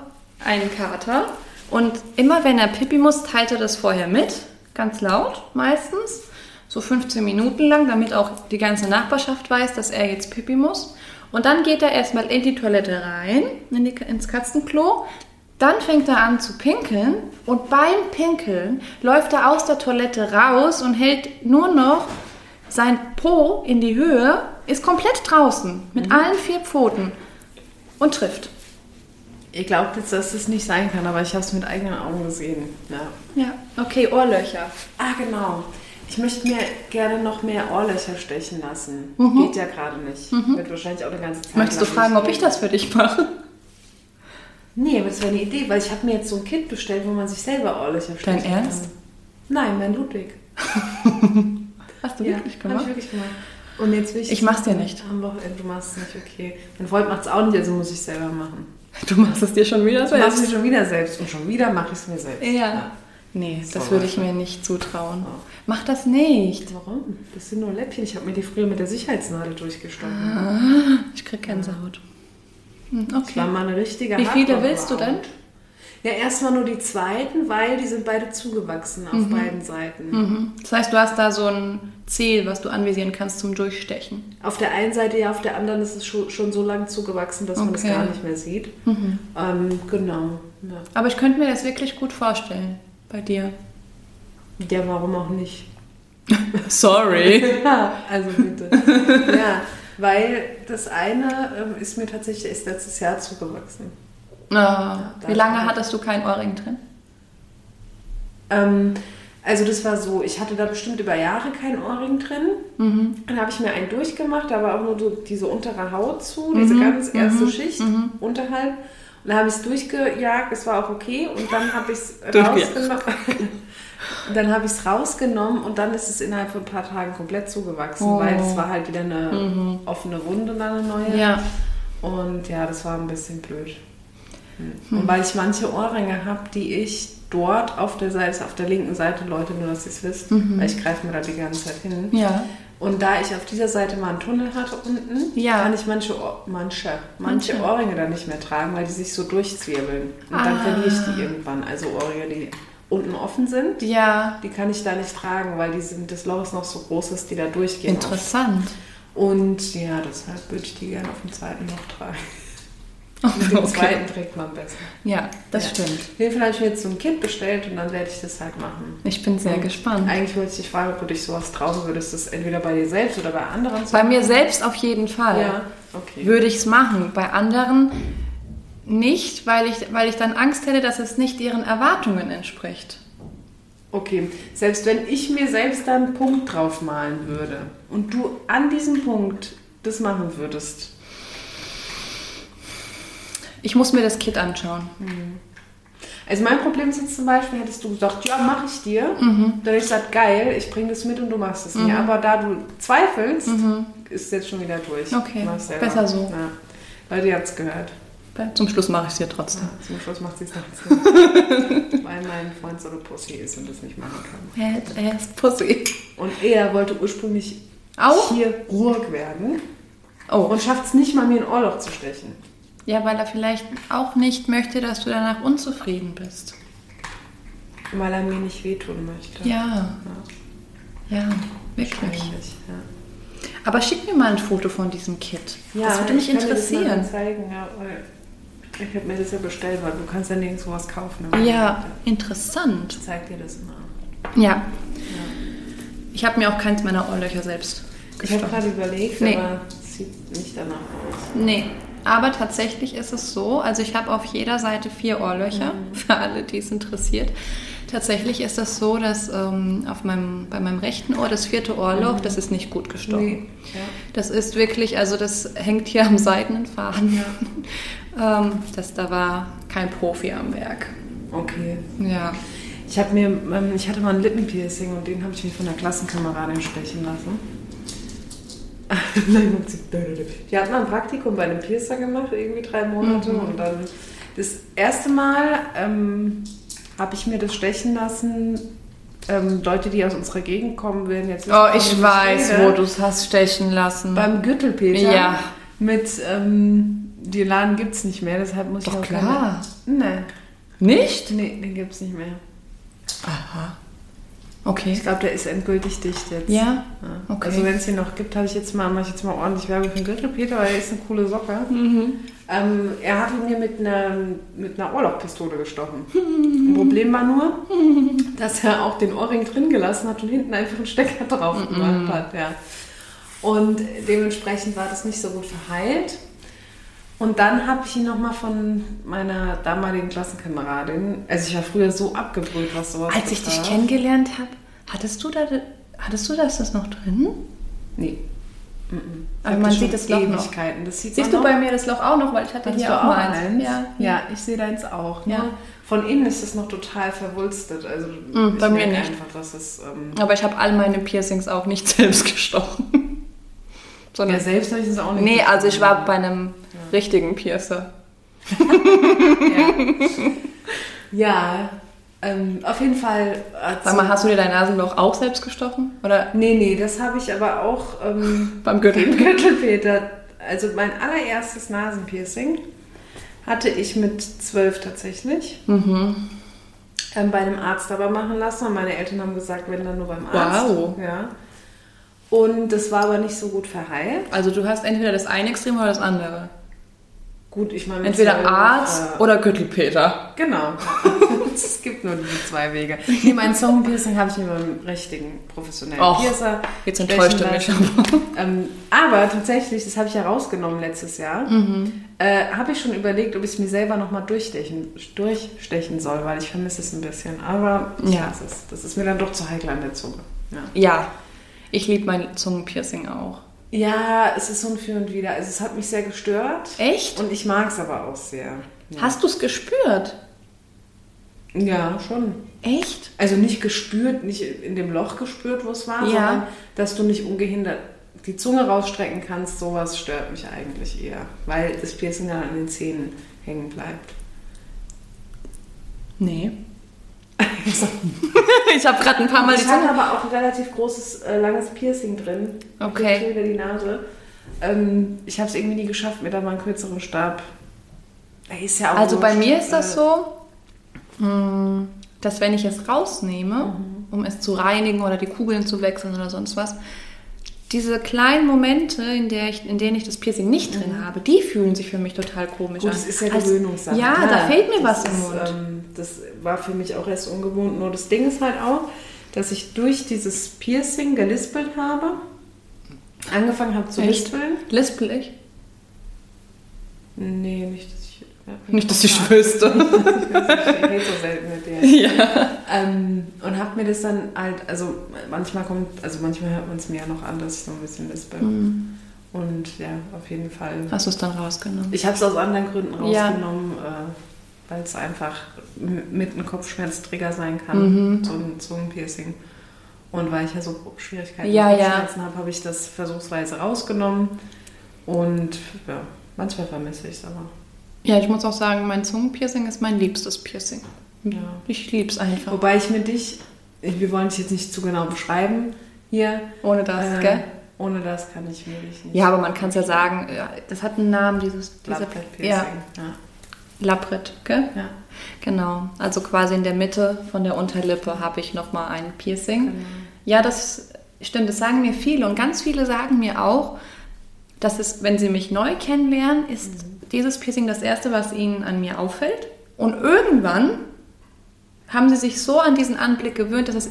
einen Kater und immer wenn er pipi muss, teilt er das vorher mit, ganz laut meistens, so 15 Minuten lang, damit auch die ganze Nachbarschaft weiß, dass er jetzt pipi muss. Und dann geht er erstmal in die Toilette rein, in die, ins Katzenklo. Dann fängt er an zu pinkeln und beim Pinkeln läuft er aus der Toilette raus und hält nur noch sein Po in die Höhe, ist komplett draußen mit allen vier Pfoten und trifft. Ihr glaubt jetzt, dass das nicht sein kann, aber ich habe es mit eigenen Augen gesehen. Ja. Ja, okay, Ohrlöcher. Ah, genau. Ich möchte mir gerne noch mehr Ohrlöcher stechen lassen. Geht ja gerade nicht. Wird wahrscheinlich auch eine ganze Zeit. Mhm. Möchtest du lang fragen, nicht ob ich gehen. das für dich mache? Nee, aber das wäre eine Idee, weil ich habe mir jetzt so ein Kind bestellt, wo man sich selber Ohrlöcher Dein stechen kann. Ernst? Nein, mein Ludwig. Hast du wirklich Hab ich gemacht? wirklich gemacht. Und jetzt will ich. Ich mach's dir nicht. Am Wochenende, du machst es nicht, okay. Mein Freund macht es auch nicht, also muss ich selber machen. Du machst es dir schon wieder Ich mach's selbst. mir schon wieder selbst und schon wieder mache ich es mir selbst. Ja. Nee, das So würde ich was. ne? mir nicht zutrauen. Ja. Mach das nicht. Also Warum? Das sind nur Läppchen. Ich habe mir die früher mit der Sicherheitsnadel durchgestochen. Ah. Ich krieg Gänsehaut. Hm, Das war Okay. mal eine richtige Wie viele Hardcore- willst du denn? Ja, erstmal nur die zweiten, weil die sind beide zugewachsen auf beiden Seiten. Mhm. Das heißt, du hast da so ein Ziel, was du anvisieren kannst zum Durchstechen. Auf der einen Seite ja, auf der anderen ist es schon, schon so lang zugewachsen, dass man es Okay. Mhm. gar nicht mehr sieht. Ähm, genau. Ja. Aber ich könnte mir das wirklich gut vorstellen bei dir. ja, warum auch nicht? Sorry. *laughs* Ja, also bitte. ja, weil das eine ähm, ist mir tatsächlich erst letztes Jahr zugewachsen. *laughs* Ah, da- wie lange hattest du kein Ohrring drin? Ähm, also das war so, ich hatte da bestimmt über Jahre keinen Ohrring drin. Mhm. Dann habe ich mir einen durchgemacht, da war auch nur so diese untere Haut zu, Mhm, diese ganz erste Schicht unterhalb. Und dann habe ich es durchgejagt, es war auch okay. Und dann habe ich *laughs* es Durchgejagt. rausgenommen. *laughs* dann habe ich es rausgenommen und dann ist es innerhalb von ein paar Tagen komplett zugewachsen, Oh. Mhm. weil es war halt wieder eine offene Wunde, dann eine neue. Ja. Und ja, das war ein bisschen blöd. Hm. Hm. Und weil ich manche Ohrringe habe, die ich dort auf der Seite, auf der linken Seite, Leute, nur dass ihr es wisst, weil ich greife mir da die ganze Zeit hin. Mhm. Ja. Und da ich auf dieser Seite mal einen Tunnel hatte unten, Ja. kann ich manche, Ohr, manche, manche, Manche. Ohrringe da nicht mehr tragen, weil die sich so durchzwirbeln. Und dann Ah. verliere ich die irgendwann. Also Ohrringe, die unten offen sind, Ja. die kann ich da nicht tragen, weil die sind, das Loch ist noch so groß, dass die da durchgehen. Interessant. Und ja, deshalb würde ich die gerne auf dem zweiten noch tragen. Mit *laughs* dem zweiten trägt man besser. Oh, Ja, das Ja. stimmt. Auf jeden Fall habe ich mir jetzt so ein Kind bestellt und dann werde ich das halt machen. Ich bin sehr gespannt. Eigentlich wollte ich dich fragen, ob du dich sowas trauen würdest, das entweder bei dir selbst oder bei anderen zu Bei mir selbst auf jeden Fall Ja, okay. würde ich es machen. Bei anderen nicht, weil ich, weil ich dann Angst hätte, dass es nicht ihren Erwartungen entspricht. Okay, selbst wenn ich mir selbst da einen Punkt drauf malen würde und du an diesem Punkt das machen würdest, Ich muss mir das Kit anschauen. Also mein Problem ist jetzt zum Beispiel, hättest du gesagt, ja, mache ich dir. Mhm. Dann hätte ich gesagt, geil, ich bringe das mit und du machst es mir. Aber da du zweifelst, ist es jetzt schon wieder durch. Mhm. Okay, Mach's selber. besser so. Ja. Leute, ihr habt es gehört. Zum Schluss mache ich es dir Ja, trotzdem. zum Schluss macht sie es trotzdem. *laughs* Weil mein Freund so eine Pussy ist und das nicht machen kann. Head ass Pussy. Und er wollte ursprünglich Auch? Chirurg werden Oh. und schafft es nicht mal, mir ein Ohrloch zu stechen. Ja, weil er vielleicht auch nicht möchte, dass du danach unzufrieden bist. Weil er mir nicht wehtun möchte. Ja. Ja, wirklich. Eigentlich, ja. Aber schick mir mal ein Foto von diesem Kit. das würde mich ich kann dir das mal interessieren. zeigen, ja, weil ich habe mir das ja bestellt, weil du kannst ja nirgendwo was kaufen. ne? Ja, interessant. Ich zeig dir das mal. Ja. Ich habe mir auch keins meiner Ohrlöcher selbst Ich habe gestochen. gerade überlegt, Nee. aber es sieht nicht danach aus. Nee. Aber tatsächlich ist es so, also ich habe auf jeder Seite vier Ohrlöcher, *laughs* für alle, die es interessiert. Tatsächlich ist es so, dass ähm, auf meinem, bei meinem rechten Ohr das vierte Ohrloch, das ist nicht gut gestochen. Ja. Das ist wirklich, also das hängt hier am seidenen Faden. *laughs* ähm, das, da war kein Profi am Werk. Okay. Ja. Ich habe mir, ähm, ich hatte mal ein Lippenpiercing und den habe ich mir von einer Klassenkameradin *laughs* stechen lassen. Nein, hat sie- die hat mal ein Praktikum bei einem Piercer gemacht, irgendwie drei Monate. Mhm. Und dann das erste Mal ähm, habe ich mir das stechen lassen. Ähm, Leute, die aus unserer Gegend kommen, werden jetzt wissen, Oh, wovon ich ne? weiß, rede. wo du es hast stechen lassen. Beim Gürtelpeter. Ja. Mit, ähm, den Laden gibt es nicht mehr, deshalb muss ich Doch auch klar. Keine, Nicht? nee, nee, den gibt es nicht mehr. Ich Okay. glaube, der ist endgültig dicht jetzt. Ja? Ja. Okay. Also wenn es ihn noch gibt, habe ich jetzt mal, mache ich jetzt mal ordentlich Werbung für den Gürtelpeter, weil er ist eine coole Socke. Mhm. Ähm, er hatte mir mit einer, mit einer Ohrlochpistole *laughs* gestochen. Problem war nur, dass er auch den Ohrring drin gelassen hat und hinten einfach einen Stecker drauf Mhm. gemacht hat. Ja. Und dementsprechend war das nicht so gut verheilt. Und dann habe ich ihn nochmal von meiner damaligen Klassenkameradin, also ich war früher so abgebrüht, was sowas Als ich dich betraf. kennengelernt habe, hattest du da, Hattest du das, das noch drin? Nee. Ich Aber hab man das sieht schon das Loch noch. Ewigkeiten. Das sieht Siehst du bei mir das Loch auch noch, weil ich hatte Hattest hier du auch, auch mal eins. eins? Ja, ja, ich sehe deins auch. Ne? Ja. Von innen ist es noch total verwulstet. Also Mm, ich bei mir merke nicht. einfach, dass es ähm, Aber ich habe all meine Piercings auch nicht *laughs* selbst gestochen. Sondern ja selbst habe ich es auch nicht. nee, also ich war bei einem richtigen Piercer. ja. Ähm, auf jeden Fall. äh, Sag mal, hast du dir dein Nasenloch auch selbst gestochen? Oder Nee, nee, das habe ich aber auch ähm, beim Gürtel? im *laughs* Gürtelpeter. Also mein allererstes Nasenpiercing hatte ich mit zwölf tatsächlich. Mhm. Ähm, bei einem Arzt aber machen lassen. Und meine Eltern haben gesagt, wenn dann nur beim Arzt. Wow. Ja. Und das war aber nicht so gut verheilt. Also du hast entweder das eine Extrem oder das andere. Gut, ich meine, mit Entweder zwölf, Arzt äh, oder Gürtelpeter. Genau. *laughs* es gibt nur diese zwei Wege. Nee, mein Zungenpiercing habe ich mit meinem richtigen professionellen Och, Piercer. Jetzt enttäuscht du mich. Welchen Ähm, aber tatsächlich, das habe ich ja rausgenommen letztes Jahr, äh, habe ich schon überlegt, ob ich es mir selber nochmal durchstechen, durchstechen soll, weil ich vermisse es ein bisschen. Aber ich Ja. weiß es. Das ist mir dann doch zu heikel an der Zunge. Ja. Ja, ich liebe mein Zungenpiercing auch. ja, es ist so ein Für und Wider. Also, es hat mich sehr gestört. Echt? Und ich mag es aber auch sehr. Hast du es gespürt? Ja, schon. Echt? Also nicht gespürt, nicht in dem Loch gespürt, wo es war, Ja. sondern dass du nicht ungehindert die Zunge rausstrecken kannst, sowas stört mich eigentlich eher, weil das Piercing dann an den Zähnen hängen *laughs* bleibt. Nee. *laughs* ich habe gerade ein paar Mal die ich hatte Zunge. aber auch ein relativ großes, äh, langes Piercing drin. Okay. Ich über die Nase. Ähm, ich habe es irgendwie nie geschafft, mir da mal einen kürzeren Stab. Ey, Ist ja auch Also bei wurscht. mir ist das Äh, so, mh, dass wenn ich es rausnehme, Mhm. um es zu reinigen oder die Kugeln zu wechseln oder sonst was, diese kleinen Momente, in, der ich, in denen ich das Piercing nicht drin habe, die fühlen sich für mich total komisch Mhm. Gut, an. es ist ja Als- Gewöhnungssache. Ja, Klar, da fehlt mir was das im ist, Mund. Ähm, das war für mich auch erst ungewohnt. Nur das Ding ist halt auch, dass ich durch dieses Piercing gelispelt habe, angefangen habe zu Echt? lispeln. Lispel ich? Nee, nicht, dass ich... Ja, Nicht, dass ich wüsste. *laughs* Ich weiß nicht, ich rede so selten mit *laughs* dir. ja. Ähm, und habe mir das dann halt, also manchmal kommt, also manchmal hört man es mir ja noch an, dass ich so ein bisschen lispel. Mhm. Und ja, auf jeden Fall. Hm. Hast du es dann rausgenommen? Ich habe es aus anderen Gründen Ja. rausgenommen, äh, weil es einfach m- mit einem Kopfschmerztrigger sein Mhm. kann, so ein Zungenpiercing. Und weil ich ja so Schwierigkeiten Ja, mit ja. Kopfschmerzen habe, habe ich das versuchsweise rausgenommen. Und ja, manchmal vermisse ich es aber. Ja, ich muss auch sagen, mein Zungenpiercing ist mein liebstes Piercing. Ja. Ich lieb's einfach. Wobei ich mir dich, ich- wir wollen dich jetzt nicht zu genau beschreiben hier. Ohne das, äh, gell? Ohne das kann ich mir dich nicht. Ja, aber man kann es ja sagen, ja, das hat einen Namen, dieses dieser, Lappet-Piercing. ja, ja. Labrit, gell? ja. Genau. Also quasi in der Mitte von der Unterlippe habe ich nochmal ein Piercing. Ja, das stimmt, das sagen mir viele und ganz viele sagen mir auch, dass es, wenn sie mich neu kennenlernen, ist Mhm. dieses Piercing das erste, was ihnen an mir auffällt. Und irgendwann haben sie sich so an diesen Anblick gewöhnt, dass es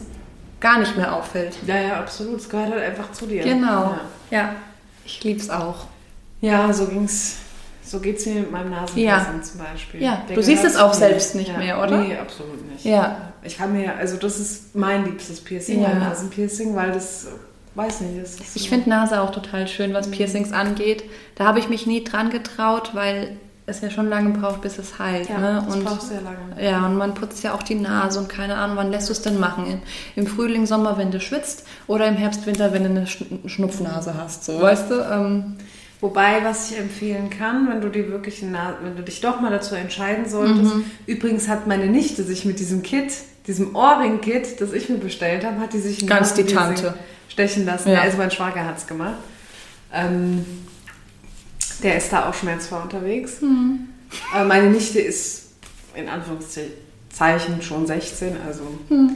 gar nicht mehr auffällt. Ja, ja, absolut. Es gehört halt einfach zu dir. Genau. Ja. Ja. Ich lieb's auch. Ja, so ging's. So geht's mir mit meinem Nasenpiercing zum Beispiel. Ja, Der du siehst gehört es auch zu mir. selbst nicht mehr, oder? Nee, absolut nicht. Ja. Ich kann mir, also das ist mein liebstes Piercing, Ja. mein Nasenpiercing, weil das, weiß nicht, das ist Ich so- finde Nase auch total schön, Mhm. was Piercings angeht. Da habe ich mich nie dran getraut, weil es ja schon lange braucht, bis es heilt. Ja, ne? das und, braucht sehr lange. Ja, und man putzt ja auch die Nase und keine Ahnung, wann lässt du es denn machen? Im, Im Frühling, Sommer, wenn du schwitzt oder im Herbst, Winter, wenn du eine Sch Schnupfnase hast. So, weißt du? Ähm, Wobei, was ich empfehlen kann, wenn du dir wirklich, eine Na- wenn du dich doch mal dazu entscheiden solltest. Mhm. Übrigens hat meine Nichte sich mit diesem Kit, diesem Ohrring-Kit, das ich mir bestellt habe, hat die sich ein Ganz die Nasenpiercing Tante. stechen lassen. Ja. Also mein Schwager hat's gemacht. Ähm, der ist da auch schmerzfrei unterwegs. Äh, meine Nichte ist in Anführungszeichen schon 16, also Hm.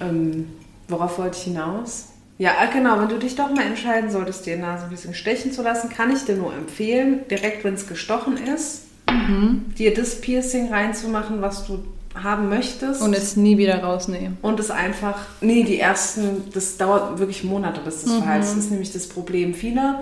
ähm, worauf wollte ich hinaus? Ja, ah, genau, wenn du dich doch mal entscheiden solltest, dir Nase ein bisschen stechen zu lassen, kann ich dir nur empfehlen, direkt wenn es gestochen ist, Mhm. dir das Piercing reinzumachen, was du haben möchtest. und es nie wieder rausnehmen. Und es einfach, nee, die ersten, das dauert wirklich Monate, bis Mhm. das verheilt. Das ist nämlich das Problem. Viele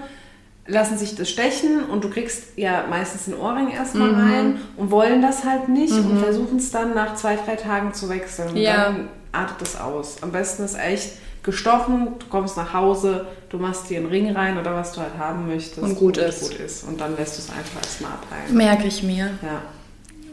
lassen sich das stechen und du kriegst ja meistens einen Ohrring erstmal Mhm. rein und wollen das halt nicht und versuchen es dann nach zwei, drei Tagen zu wechseln. Und Ja. Dann artet das aus. Am besten ist echt gestochen, du kommst nach Hause, du machst dir einen Ring rein oder was du halt haben möchtest. Und gut ist. Mhm. Gut ist. Und dann lässt du es einfach erstmal abheilen. Merke ich mir. Ja.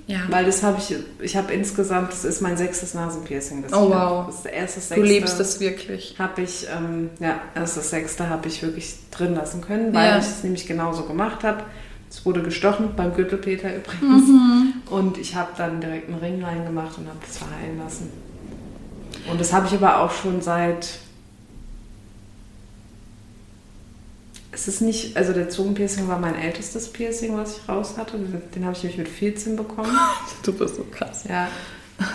Ja. Weil das habe ich, ich habe insgesamt, das ist mein sechstes Nasenpiercing. Das Oh, ich hab. wow. Das ist der erste sechste. du liebst es wirklich. Habe ich, ähm, ja, also das sechste habe ich wirklich drin lassen können, weil Ja. ich es nämlich genauso gemacht habe. Es wurde gestochen, beim Gürtelpeter übrigens. Mhm. Und ich habe dann direkt einen Ring reingemacht und habe das verheilen lassen. Und das habe ich aber auch schon seit. Es ist nicht, also der Zungenpiercing war mein ältestes Piercing, was ich raus hatte. Den, den habe ich nämlich mit 14 bekommen. Du bist so krass. Ja.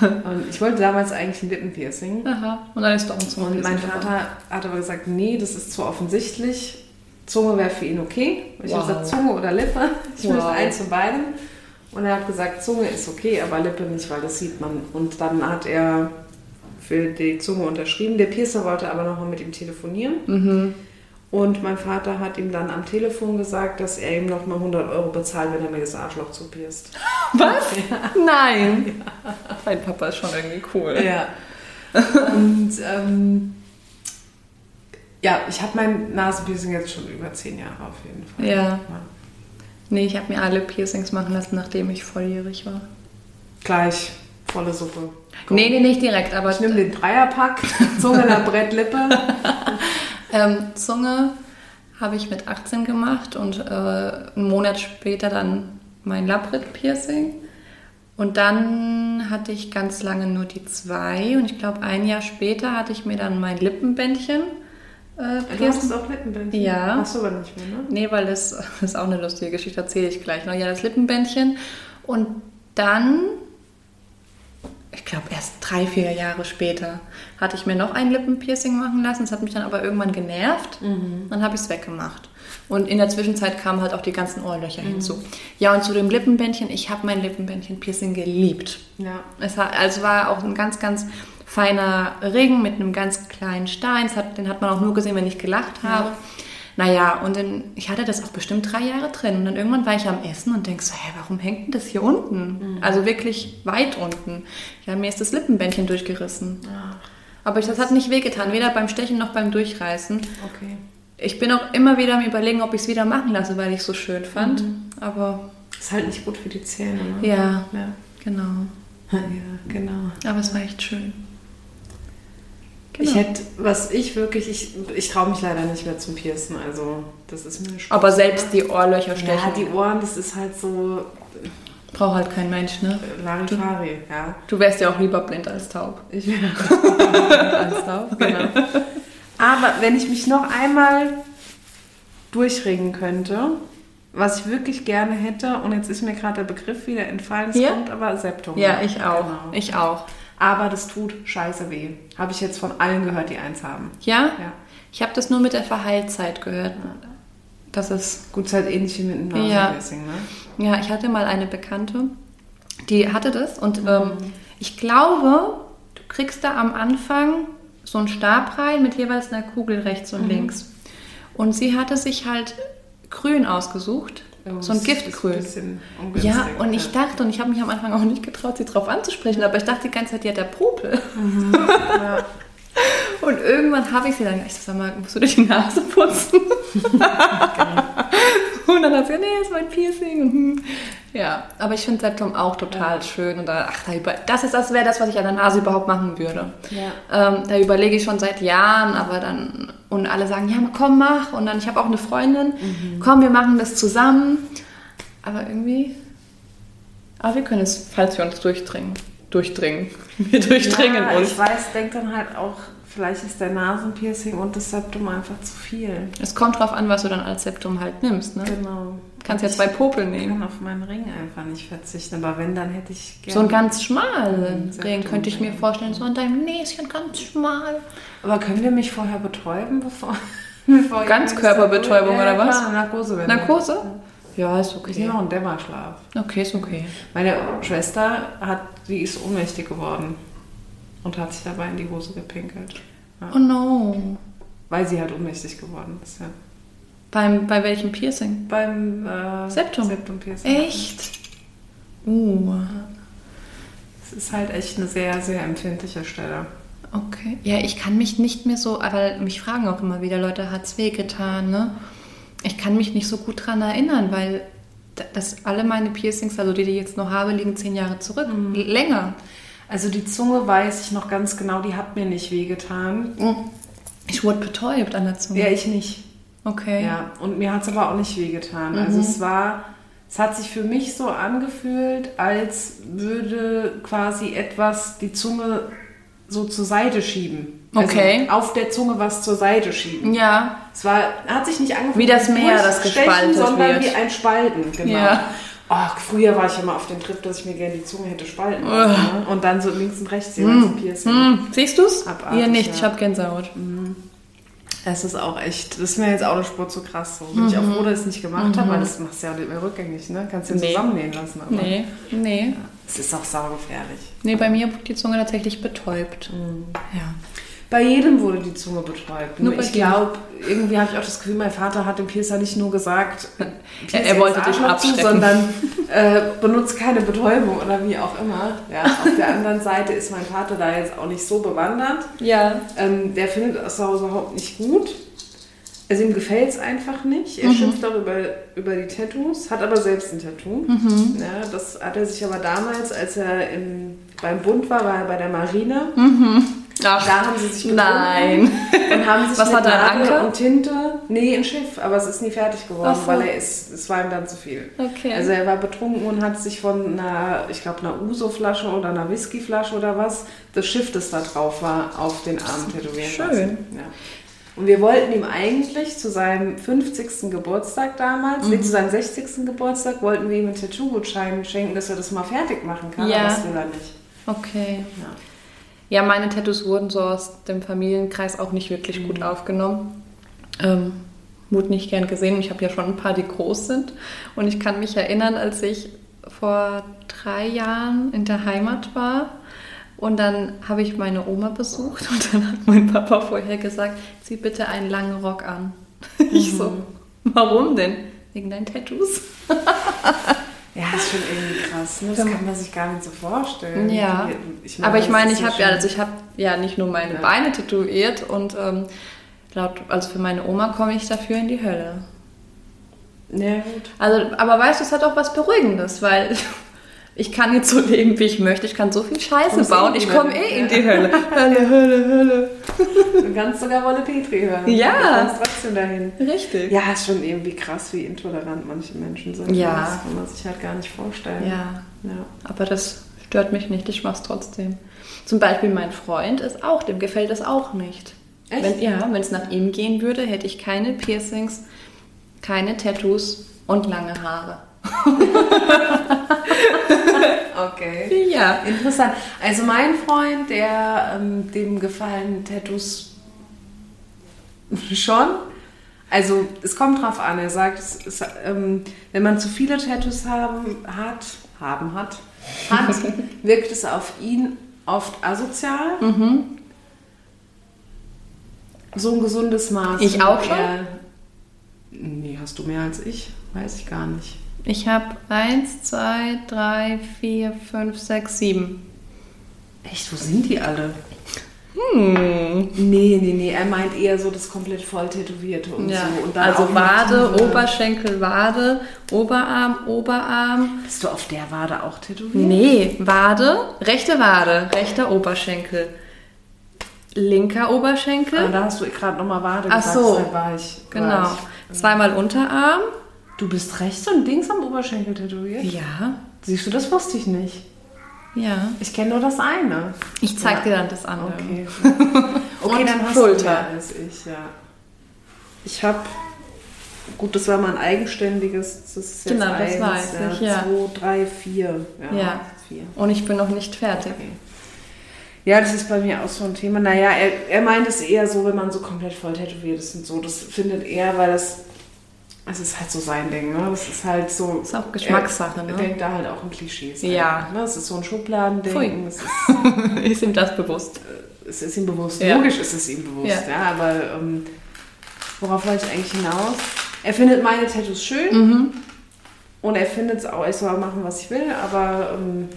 Und ich wollte damals eigentlich ein Lippenpiercing. Aha. Und dann ist doch ein Und mein Vater hat aber gesagt, nee, das ist zu offensichtlich. Zunge wäre für ihn okay. Und ich Wow. habe gesagt, Zunge oder Lippe. Ich Wow. möchte eins von beidem. Und er hat gesagt, Zunge ist okay, aber Lippe nicht, weil das sieht man. Und dann hat er für die Zunge unterschrieben. Der Piercer wollte aber nochmal mit ihm telefonieren. Mhm. Und mein Vater hat ihm dann am Telefon gesagt, dass er ihm nochmal 100 Euro bezahlt, wenn er mir das Arschloch zupierst. *laughs* Was? Nein. Mein Papa ist schon irgendwie cool. Ja. Und ähm, ja, ich habe mein Nasenpiercing jetzt schon über zehn Jahre auf jeden Fall. Ja. Nee, ich habe mir alle Piercings machen lassen, nachdem ich volljährig war. Gleich, volle Suppe. Nee, nee, nicht direkt, aber Ich nehme den Dreierpack, Zunge, Labrett, *laughs* Lippe. ähm, Zunge habe ich mit 18 gemacht und äh, einen Monat später dann mein Labrit-Piercing. Und dann hatte ich ganz lange nur die zwei und ich glaube ein Jahr später hatte ich mir dann mein Lippenbändchen äh, Du piercen hast auch Lippenbändchen. Ja. Hast du aber nicht mehr, ne? Nee, weil das, *laughs* das ist auch eine lustige Geschichte, erzähle ich gleich noch. Ja, das Lippenbändchen. Und dann, ich glaube erst drei, vier Jahre später, hatte ich mir noch ein Lippenpiercing machen lassen. Das hat mich dann aber irgendwann genervt. Dann habe ich es weggemacht. Und in der Zwischenzeit kamen halt auch die ganzen Ohrlöcher hinzu. Ja, und zu dem Lippenbändchen, ich habe mein Lippenbändchen-Piercing geliebt. Ja. Es hat, also war auch ein ganz, ganz feiner Ring mit einem ganz kleinen Stein. Es Hat, den hat man auch nur gesehen, wenn ich gelacht habe. Naja, und dann, ich hatte das auch bestimmt drei Jahre drin. Und dann irgendwann war ich am Essen und denk so, hä, warum hängt denn das hier unten? Also wirklich weit unten. Ja, mir ist das Lippenbändchen durchgerissen. Ah, Aber ich, das hat nicht wehgetan, weder beim Stechen noch beim Durchreißen. Okay. Ich bin auch immer wieder am überlegen, ob ich es wieder machen lasse, weil ich es so schön fand. Aber Ist halt nicht gut für die Zähne, ne? ja, Ja. genau. Ja, genau. Aber es war echt schön. Genau. Ich hätte, was ich wirklich, ich, ich traue mich leider nicht mehr zum Piercen, also das ist mir eine Spur. Aber selbst die Ohrlöcher stechen. Ja, die Ohren, das ist halt so Braucht halt kein Mensch, ne? Larifari, ja. Du wärst ja auch lieber blind als taub. Ich bin *laughs* alles drauf, genau. Aber wenn ich mich noch einmal durchringen könnte, was ich wirklich gerne hätte, und jetzt ist mir gerade der Begriff wieder entfallen, es Ja? kommt aber Septum. Ja, ich auch. Genau. Ich auch. Aber das tut scheiße weh. Habe ich jetzt von allen gehört, die eins haben. Ja? Ja. Ich habe das nur mit der Verheilzeit gehört. Das ist Gut, es ist halt ähnlich wie mit dem Ja. Nasenpiercing, ne? Ja, ich hatte mal eine Bekannte, die hatte das und ähm, ich glaube, du kriegst da am Anfang so einen Stab rein mit jeweils einer Kugel rechts und links. Und sie hatte sich halt grün ausgesucht, Oh, so ein das ist Ein Giftgrün. bisschen Ja, ungünstig, und ich dachte, und ich habe mich am Anfang auch nicht getraut, sie drauf anzusprechen, aber ich dachte die ganze Zeit, die hat der Popel. Ja. *laughs* Und irgendwann habe ich sie dann, ich so, sag mal, musst du dir die Nase *laughs* putzen? und dann hat sie, nee, ist mein Piercing. Und, hm. Ja, aber ich finde Septum auch total schön. Und da, ach, da über, das ist das wäre das, was ich an der Nase überhaupt machen würde. Ähm, da überlege ich schon seit Jahren, aber dann, und alle sagen, ja, komm, mach. Und dann, ich habe auch eine Freundin, Mhm. komm, wir machen das zusammen. Aber irgendwie, aber wir können es, falls wir uns durchdringen, durchdringen. *laughs* Wir durchdringen ja, uns. Ich weiß, denkt dann halt auch, vielleicht ist der Nasenpiercing und das Septum einfach zu viel. Es kommt drauf an, was du dann als Septum halt nimmst, ne? Genau. Kannst ja zwei Popel Ich nehmen. kann auf meinen Ring einfach nicht verzichten, aber wenn, dann hätte ich gerne. So einen ganz schmalen Septum, Ring könnte ich mir ja. vorstellen, so an deinem Näschen ganz schmal. aber können wir mich vorher betäuben, bevor. *laughs* bevor ich Ganzkörperbetäubung ja, ja, oder was? Klar, Narkose. Wenn Narkose? Ja, ist Ich okay. nehme auch einen Dämmerschlaf. Okay, ist okay. Meine Schwester hat, die ist ohnmächtig geworden und hat sich dabei in die Hose gepinkelt. Ja. Oh no. Weil sie halt ohnmächtig geworden ist, ja. Beim, bei welchem Piercing? Beim äh, Septum. Septum-Piercing. Echt? Uh. Es ist halt echt eine sehr, sehr empfindliche Stelle. Oh Okay. Ja, ich kann mich nicht mehr so, weil mich fragen auch immer wieder Leute, hat's wehgetan, ne? Ich kann mich nicht so gut dran erinnern, weil d- das alle meine Piercings, also die, die ich jetzt noch habe, liegen zehn Jahre zurück. Mhm. Länger. Also die Zunge weiß ich noch ganz genau, die hat mir nicht Mhm. wehgetan. Ich wurde betäubt an der Zunge. Ja, ich nicht. Okay. Ja, und mir hat es aber auch nicht wehgetan. Mhm. Also es war, es hat sich für mich so angefühlt, als würde quasi etwas die Zunge so zur Seite schieben. Okay. Also auf der Zunge was zur Seite schieben. Ja. Es war, hat sich nicht angefühlt Wie das wie Meer, das durchstechen, gespaltet sondern wird. wie ein Spalten, genau. Ja. Ach, früher war ich immer auf dem Trip, dass ich mir gerne die Zunge hätte spalten lassen. Ne? Und dann so links und rechts jeweils ein Piercing. Hm, siehst du's? Abartig, Ihr nicht, ja. Mhm. ich hab Gänsehaut. Es ist auch echt, das ist mir jetzt auch eine Spur zu krass. So. Bin ich auch froh, dass ich es nicht gemacht habe, weil das machst du ja nicht mehr rückgängig, ne? Kannst du ja Mhm. Nee. zusammennähen lassen. Aber Nee, nee. Es ist auch saugefährlich. Nee, bei mir wurde die Zunge tatsächlich betäubt. Mhm. Ja. Bei jedem wurde die Zunge betäubt. Nur, Nur bei ich dir. glaube, irgendwie habe ich auch das Gefühl, mein Vater hat dem Piercer nicht nur gesagt, *laughs* Er- er Pierce wollte jetzt dich Arschloch zu, abschrecken. *laughs* sondern äh, benutzt keine Betäubung oder wie auch immer. Ja, auf der anderen Seite ist mein Vater da jetzt auch nicht so bewandert. Ja. Ähm, der findet das auch überhaupt nicht gut. Also ihm gefällt es einfach nicht. Er schimpft auch über, über die Tattoos, hat aber selbst ein Tattoo. Ja, das hat er sich aber damals, als er im, beim Bund war, war er bei der Marine. Ach, Da haben sie sich gefunden nein. und haben sich Was mit hat er, ein Nadel Anker? und Tinte, nee, ein Schiff, aber es ist nie fertig geworden, Ach so. weil er ist, es war ihm dann zu viel. Okay. Also er war betrunken und hat sich von einer, ich glaube, einer Uso-Flasche oder einer Whisky-Flasche oder was, das Schiff, das da drauf war, auf den Arm tätowieren schön. lassen. Ja. Und wir wollten ihm eigentlich zu seinem 50. Geburtstag damals, Mhm. nee, zu seinem 60. Geburtstag, wollten wir ihm einen Tattoo-Gutschein schenken, dass er das mal fertig machen kann, Ja. aber das will er nicht. Okay. Ja. Ja, meine Tattoos wurden so aus dem Familienkreis auch nicht wirklich gut aufgenommen. Ähm, wurde nicht gern gesehen. Ich habe ja schon ein paar, die groß sind. Und ich kann mich erinnern, als ich vor drei Jahren in der Heimat war. Und dann habe ich meine Oma besucht *laughs* und dann hat mein Papa vorher gesagt, zieh bitte einen langen Rock an. *laughs* Ich so, warum denn? Wegen deinen Tattoos. Ja, ist schon irgendwie krass. Ne? Das kann man sich gar nicht so vorstellen. Ja, Ähm, Ich aber ich das meine, ist ich habe ja, schon- also ich habe ja nicht nur meine Ja. Beine tätowiert und ähm, laut, also für meine Oma komme ich dafür in die Hölle. Ja, gut. Also, aber weißt du, es hat auch was Beruhigendes, weil *laughs* ich kann jetzt so leben, wie ich möchte. Ich kann so viel Scheiße Kommst bauen, eh in ich die komme Hölle. eh in die *laughs* Hölle. Hölle, Hölle, Hölle. Du kannst sogar Wolle Petri hören. Ja. Du kommst trotzdem dahin. Richtig. Ja, ist schon irgendwie krass, wie intolerant manche Menschen sind. Ja. Das kann man sich halt gar nicht vorstellen. ja. Ja. Aber das stört mich nicht, ich mach's trotzdem. Zum Beispiel mein Freund ist auch, dem gefällt das auch nicht. Echt? Wenn, ja, wenn es nach ihm gehen würde, hätte ich keine Piercings, keine Tattoos und lange Haare. Okay. Ja. Interessant. Also mein Freund, der ähm, dem gefallen Tattoos schon. Also es kommt drauf an. Er sagt, es ist, ähm, wenn man zu viele Tattoos haben hat, haben hat, *laughs* hat, wirkt es auf ihn oft asozial. Mhm. So ein gesundes Maß. Ich auch schon? Ja. nee, hast du mehr als ich? Weiß ich gar nicht. Ich habe 1, 2, 3, 4, 5, 6, 7. Echt, wo sind die alle? Hm. Nee, nee, nee. Er meint eher so das komplett voll tätowierte und so. Und dann auch also noch Wade, diese- Oberschenkel, Wade, Oberarm, Oberarm. Bist du auf der Wade auch tätowiert? Nee, Wade, rechte Wade, rechter Oberschenkel. Linker Ah, Oberschenkel. da hast du gerade nochmal Wade Ach gesagt. so. deshalb war ich. Genau. war Zweimal Unterarm. ich- Du bist rechts und links am Oberschenkel tätowiert? Ja. Siehst du, das wusste ich nicht. Ja. Ich kenne nur das eine. Ich zeig dir dann das andere. Okay. Ähm, *laughs* Okay, Und dann hast Schulter. du mehr als ich, ja. Ich habe, gut, das war mal ein eigenständiges, das ist jetzt Genau, das eins, weiß ich, ja. Zwei, drei, vier. Ja. vier. Und ich bin noch nicht fertig. Ja, das ist bei mir auch so ein Thema. Naja, er, er meint es eher so, wenn man so komplett voll tätowiert ist und so. Das findet er, weil das, es ist halt so sein Ding, ne? Das ist halt so. Ist auch Geschmackssache, er, ne? Er denkt da halt auch in Klischees. Ja. einfach, Ne? Es ist so ein Pfui. Schubladending. Es ist *laughs* Ist ihm das bewusst? es ist ihm bewusst. Ja. Logisch ist es ihm bewusst, Ja. ja. aber ähm, worauf wollte ich eigentlich hinaus? Er findet meine Tattoos schön Mhm. und er findet es auch, ich soll machen, was ich will, aber ähm,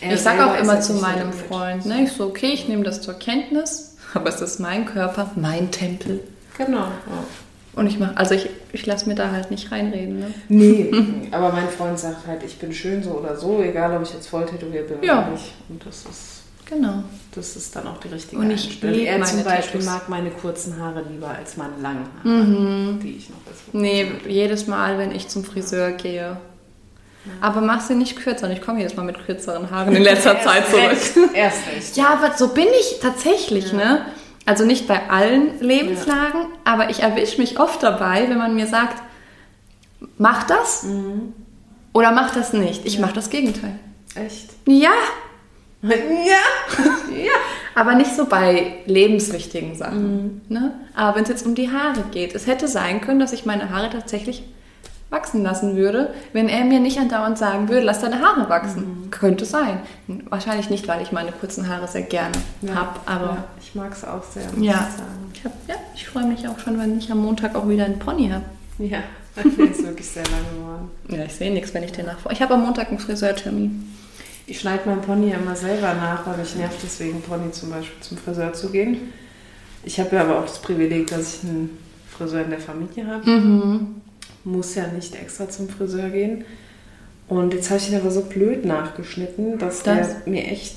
Er ich sage selber auch ist immer halt zu nicht so meinem damit. Freund, ne, ich so, okay, ich nehme das zur Kenntnis, aber es ist mein Körper, mein Tempel. Genau. Ja. Und ich mache, also ich, ich lasse mir da halt nicht reinreden. Ne? Nee, *laughs* aber mein Freund sagt halt, ich bin schön so oder so, egal ob ich jetzt voll tätowiert bin Ja. oder nicht. Und das ist, Genau. das ist dann auch die richtige Und ich Einstellung. lieb Er zum meine Beispiel Tattoos. mag meine kurzen Haare lieber als meine langen Haare, die ich noch besser Mhm. Nee, jedes Mal, wenn ich zum Friseur gehe. Aber mach sie nicht kürzer und ich komme jedes Mal mit kürzeren Haaren in *laughs* letzter Zeit Erst zurück. recht, Erst recht. Ja, aber so bin ich tatsächlich, ne? Also nicht bei allen Lebenslagen, aber ich erwische mich oft dabei, wenn man mir sagt, mach das oder mach das nicht. Ich mache das Gegenteil. Echt? Ja, Ja! aber nicht so bei lebenswichtigen Sachen. Ne? Aber wenn es jetzt um die Haare geht, es hätte sein können, dass ich meine Haare tatsächlich wachsen lassen würde, wenn er mir nicht andauernd sagen würde, lass deine Haare wachsen. Könnte sein. Wahrscheinlich nicht, weil ich meine kurzen Haare sehr gerne habe, aber Ja, ich mag es auch sehr, muss ja. ich sagen. Ich, hab- ja, ich freue mich auch schon, wenn ich am Montag auch wieder einen Pony habe. Ja, *laughs* der ist wirklich sehr lang geworden. Ja, ich sehe nichts, wenn ich den nachfahre. Ich habe am Montag einen Friseurtermin. Ich schneide meinen Pony ja immer selber nach, weil mich nervt es, wegen Pony zum Beispiel zum Friseur zu gehen. Ich habe ja aber auch das Privileg, dass ich einen Friseur in der Familie habe. Mhm. Muss ja nicht extra zum Friseur gehen. Und jetzt habe ich ihn aber so blöd nachgeschnitten, dass Das- der mir echt.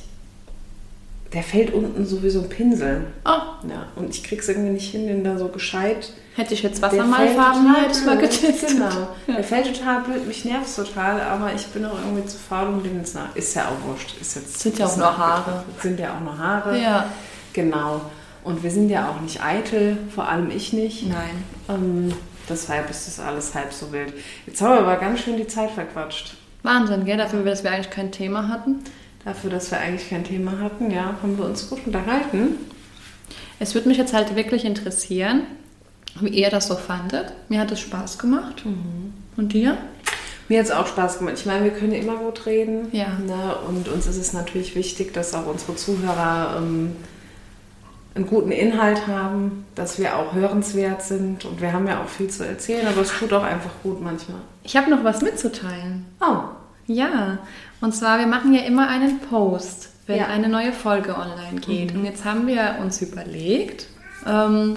Der fällt unten sowieso ein Pinsel. Oh, Ja, und ich krieg's irgendwie nicht hin, den da so gescheit hätte ich jetzt der fällt Wassermalfarben, total hätte ich mal blöd. getestet. Genau. Der fällt total blöd, mich nervt's total, aber ich bin auch irgendwie zu faul, um dem jetzt nach. Ist ja auch wurscht. Ist jetzt, Sind ja auch ist nur nach- Haare. Sind ja auch nur Haare. Ja. Genau. Und wir sind ja auch nicht eitel, vor allem ich nicht. Nein. Ähm, deshalb ist das alles halb so wild. Jetzt haben wir aber ganz schön die Zeit verquatscht. Wahnsinn, gell? Dafür, dass wir eigentlich kein Thema hatten. Dafür, dass wir eigentlich kein Thema hatten, ja, haben wir uns gut unterhalten. Es würde mich jetzt halt wirklich interessieren, wie ihr das so fandet. Mir hat es Spaß gemacht. Und dir? Mir hat es auch Spaß gemacht. Ich meine, wir können ja immer gut reden. Ja. Ne? Und uns ist es natürlich wichtig, dass auch unsere Zuhörer ähm, einen guten Inhalt haben, dass wir auch hörenswert sind. Und wir haben ja auch viel zu erzählen, aber es tut auch einfach gut manchmal. Ich habe noch was mitzuteilen. Oh, Ja, und zwar, wir machen ja immer einen Post, wenn Ja. eine neue Folge online geht. Und jetzt haben wir uns überlegt, ähm,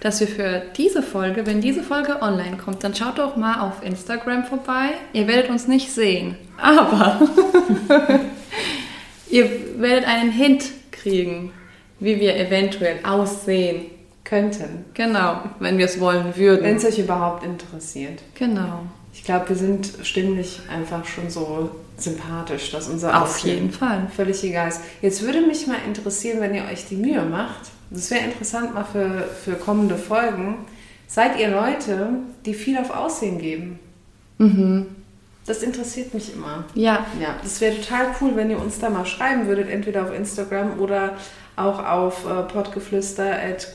dass wir für diese Folge, wenn diese Folge online kommt, dann schaut doch mal auf Instagram vorbei. Ihr werdet uns nicht sehen, aber *laughs* ihr werdet einen Hint kriegen, wie wir eventuell aussehen. könnten. Genau, wenn wir es wollen würden. Wenn es euch überhaupt interessiert. genau, Ich glaube, wir sind stimmlich einfach schon so sympathisch, dass unser auf Aussehen jeden Fall. völlig egal ist. Jetzt würde mich mal interessieren, wenn ihr euch die Mühe macht. Das wäre interessant mal für, für kommende Folgen. Seid ihr Leute, die viel auf Aussehen geben? Mhm. Das interessiert mich immer. Ja, Ja, das wäre total cool, wenn ihr uns da mal schreiben würdet, entweder auf Instagram oder auch auf äh, podgeflüster at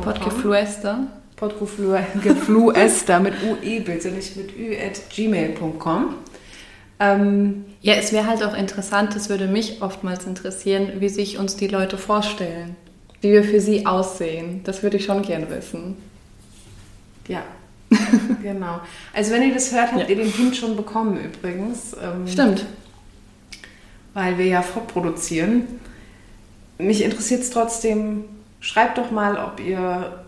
Podgefluester. *laughs* Podgefluester mit UE bitte, nicht mit Ü at gmail.com. Ähm, Ja, es wäre halt auch interessant, es würde mich oftmals interessieren, wie sich uns die Leute vorstellen, wie wir für sie aussehen. Das würde ich schon gern wissen. *laughs* Ja, genau. Also wenn ihr das hört, habt ihr den Hint schon bekommen übrigens, ähm, Stimmt. weil wir ja vorproduzieren. Mich interessiert es trotzdem, schreibt doch mal, ob ihr,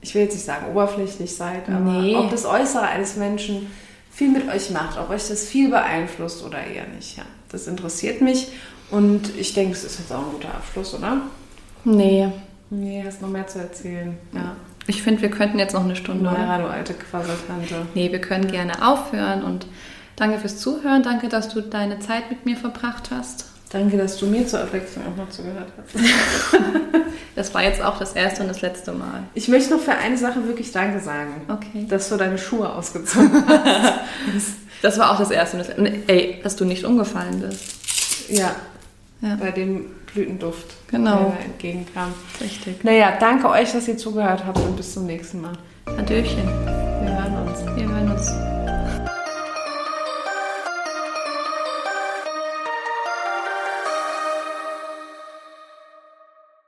ich will jetzt nicht sagen oberflächlich seid, aber Nee. ob das Äußere eines Menschen viel mit euch macht, ob euch das viel beeinflusst oder eher nicht. Ja, das interessiert mich und ich denke, das ist jetzt auch ein guter Abschluss, oder? Nee. Nee, hast noch mehr zu erzählen. Ja. Ich finde, wir könnten jetzt noch eine Stunde. Naja, du alte Quasseltante. Nee, wir können gerne aufhören und danke fürs Zuhören. Danke, dass du deine Zeit mit mir verbracht hast. Danke, dass du mir zur Abwechslung auch noch zugehört hast. Das war jetzt auch das erste und das letzte Mal. *laughs* Ich möchte noch für eine Sache wirklich Danke sagen. Okay. Dass du deine Schuhe ausgezogen hast. Das war auch das erste und das letzte. Ey, dass du nicht umgefallen bist. ja, Ja, bei dem Blütenduft, Genau. der mir entgegenkam. richtig. Naja, danke euch, dass ihr zugehört habt und bis zum nächsten Mal. Adöchen.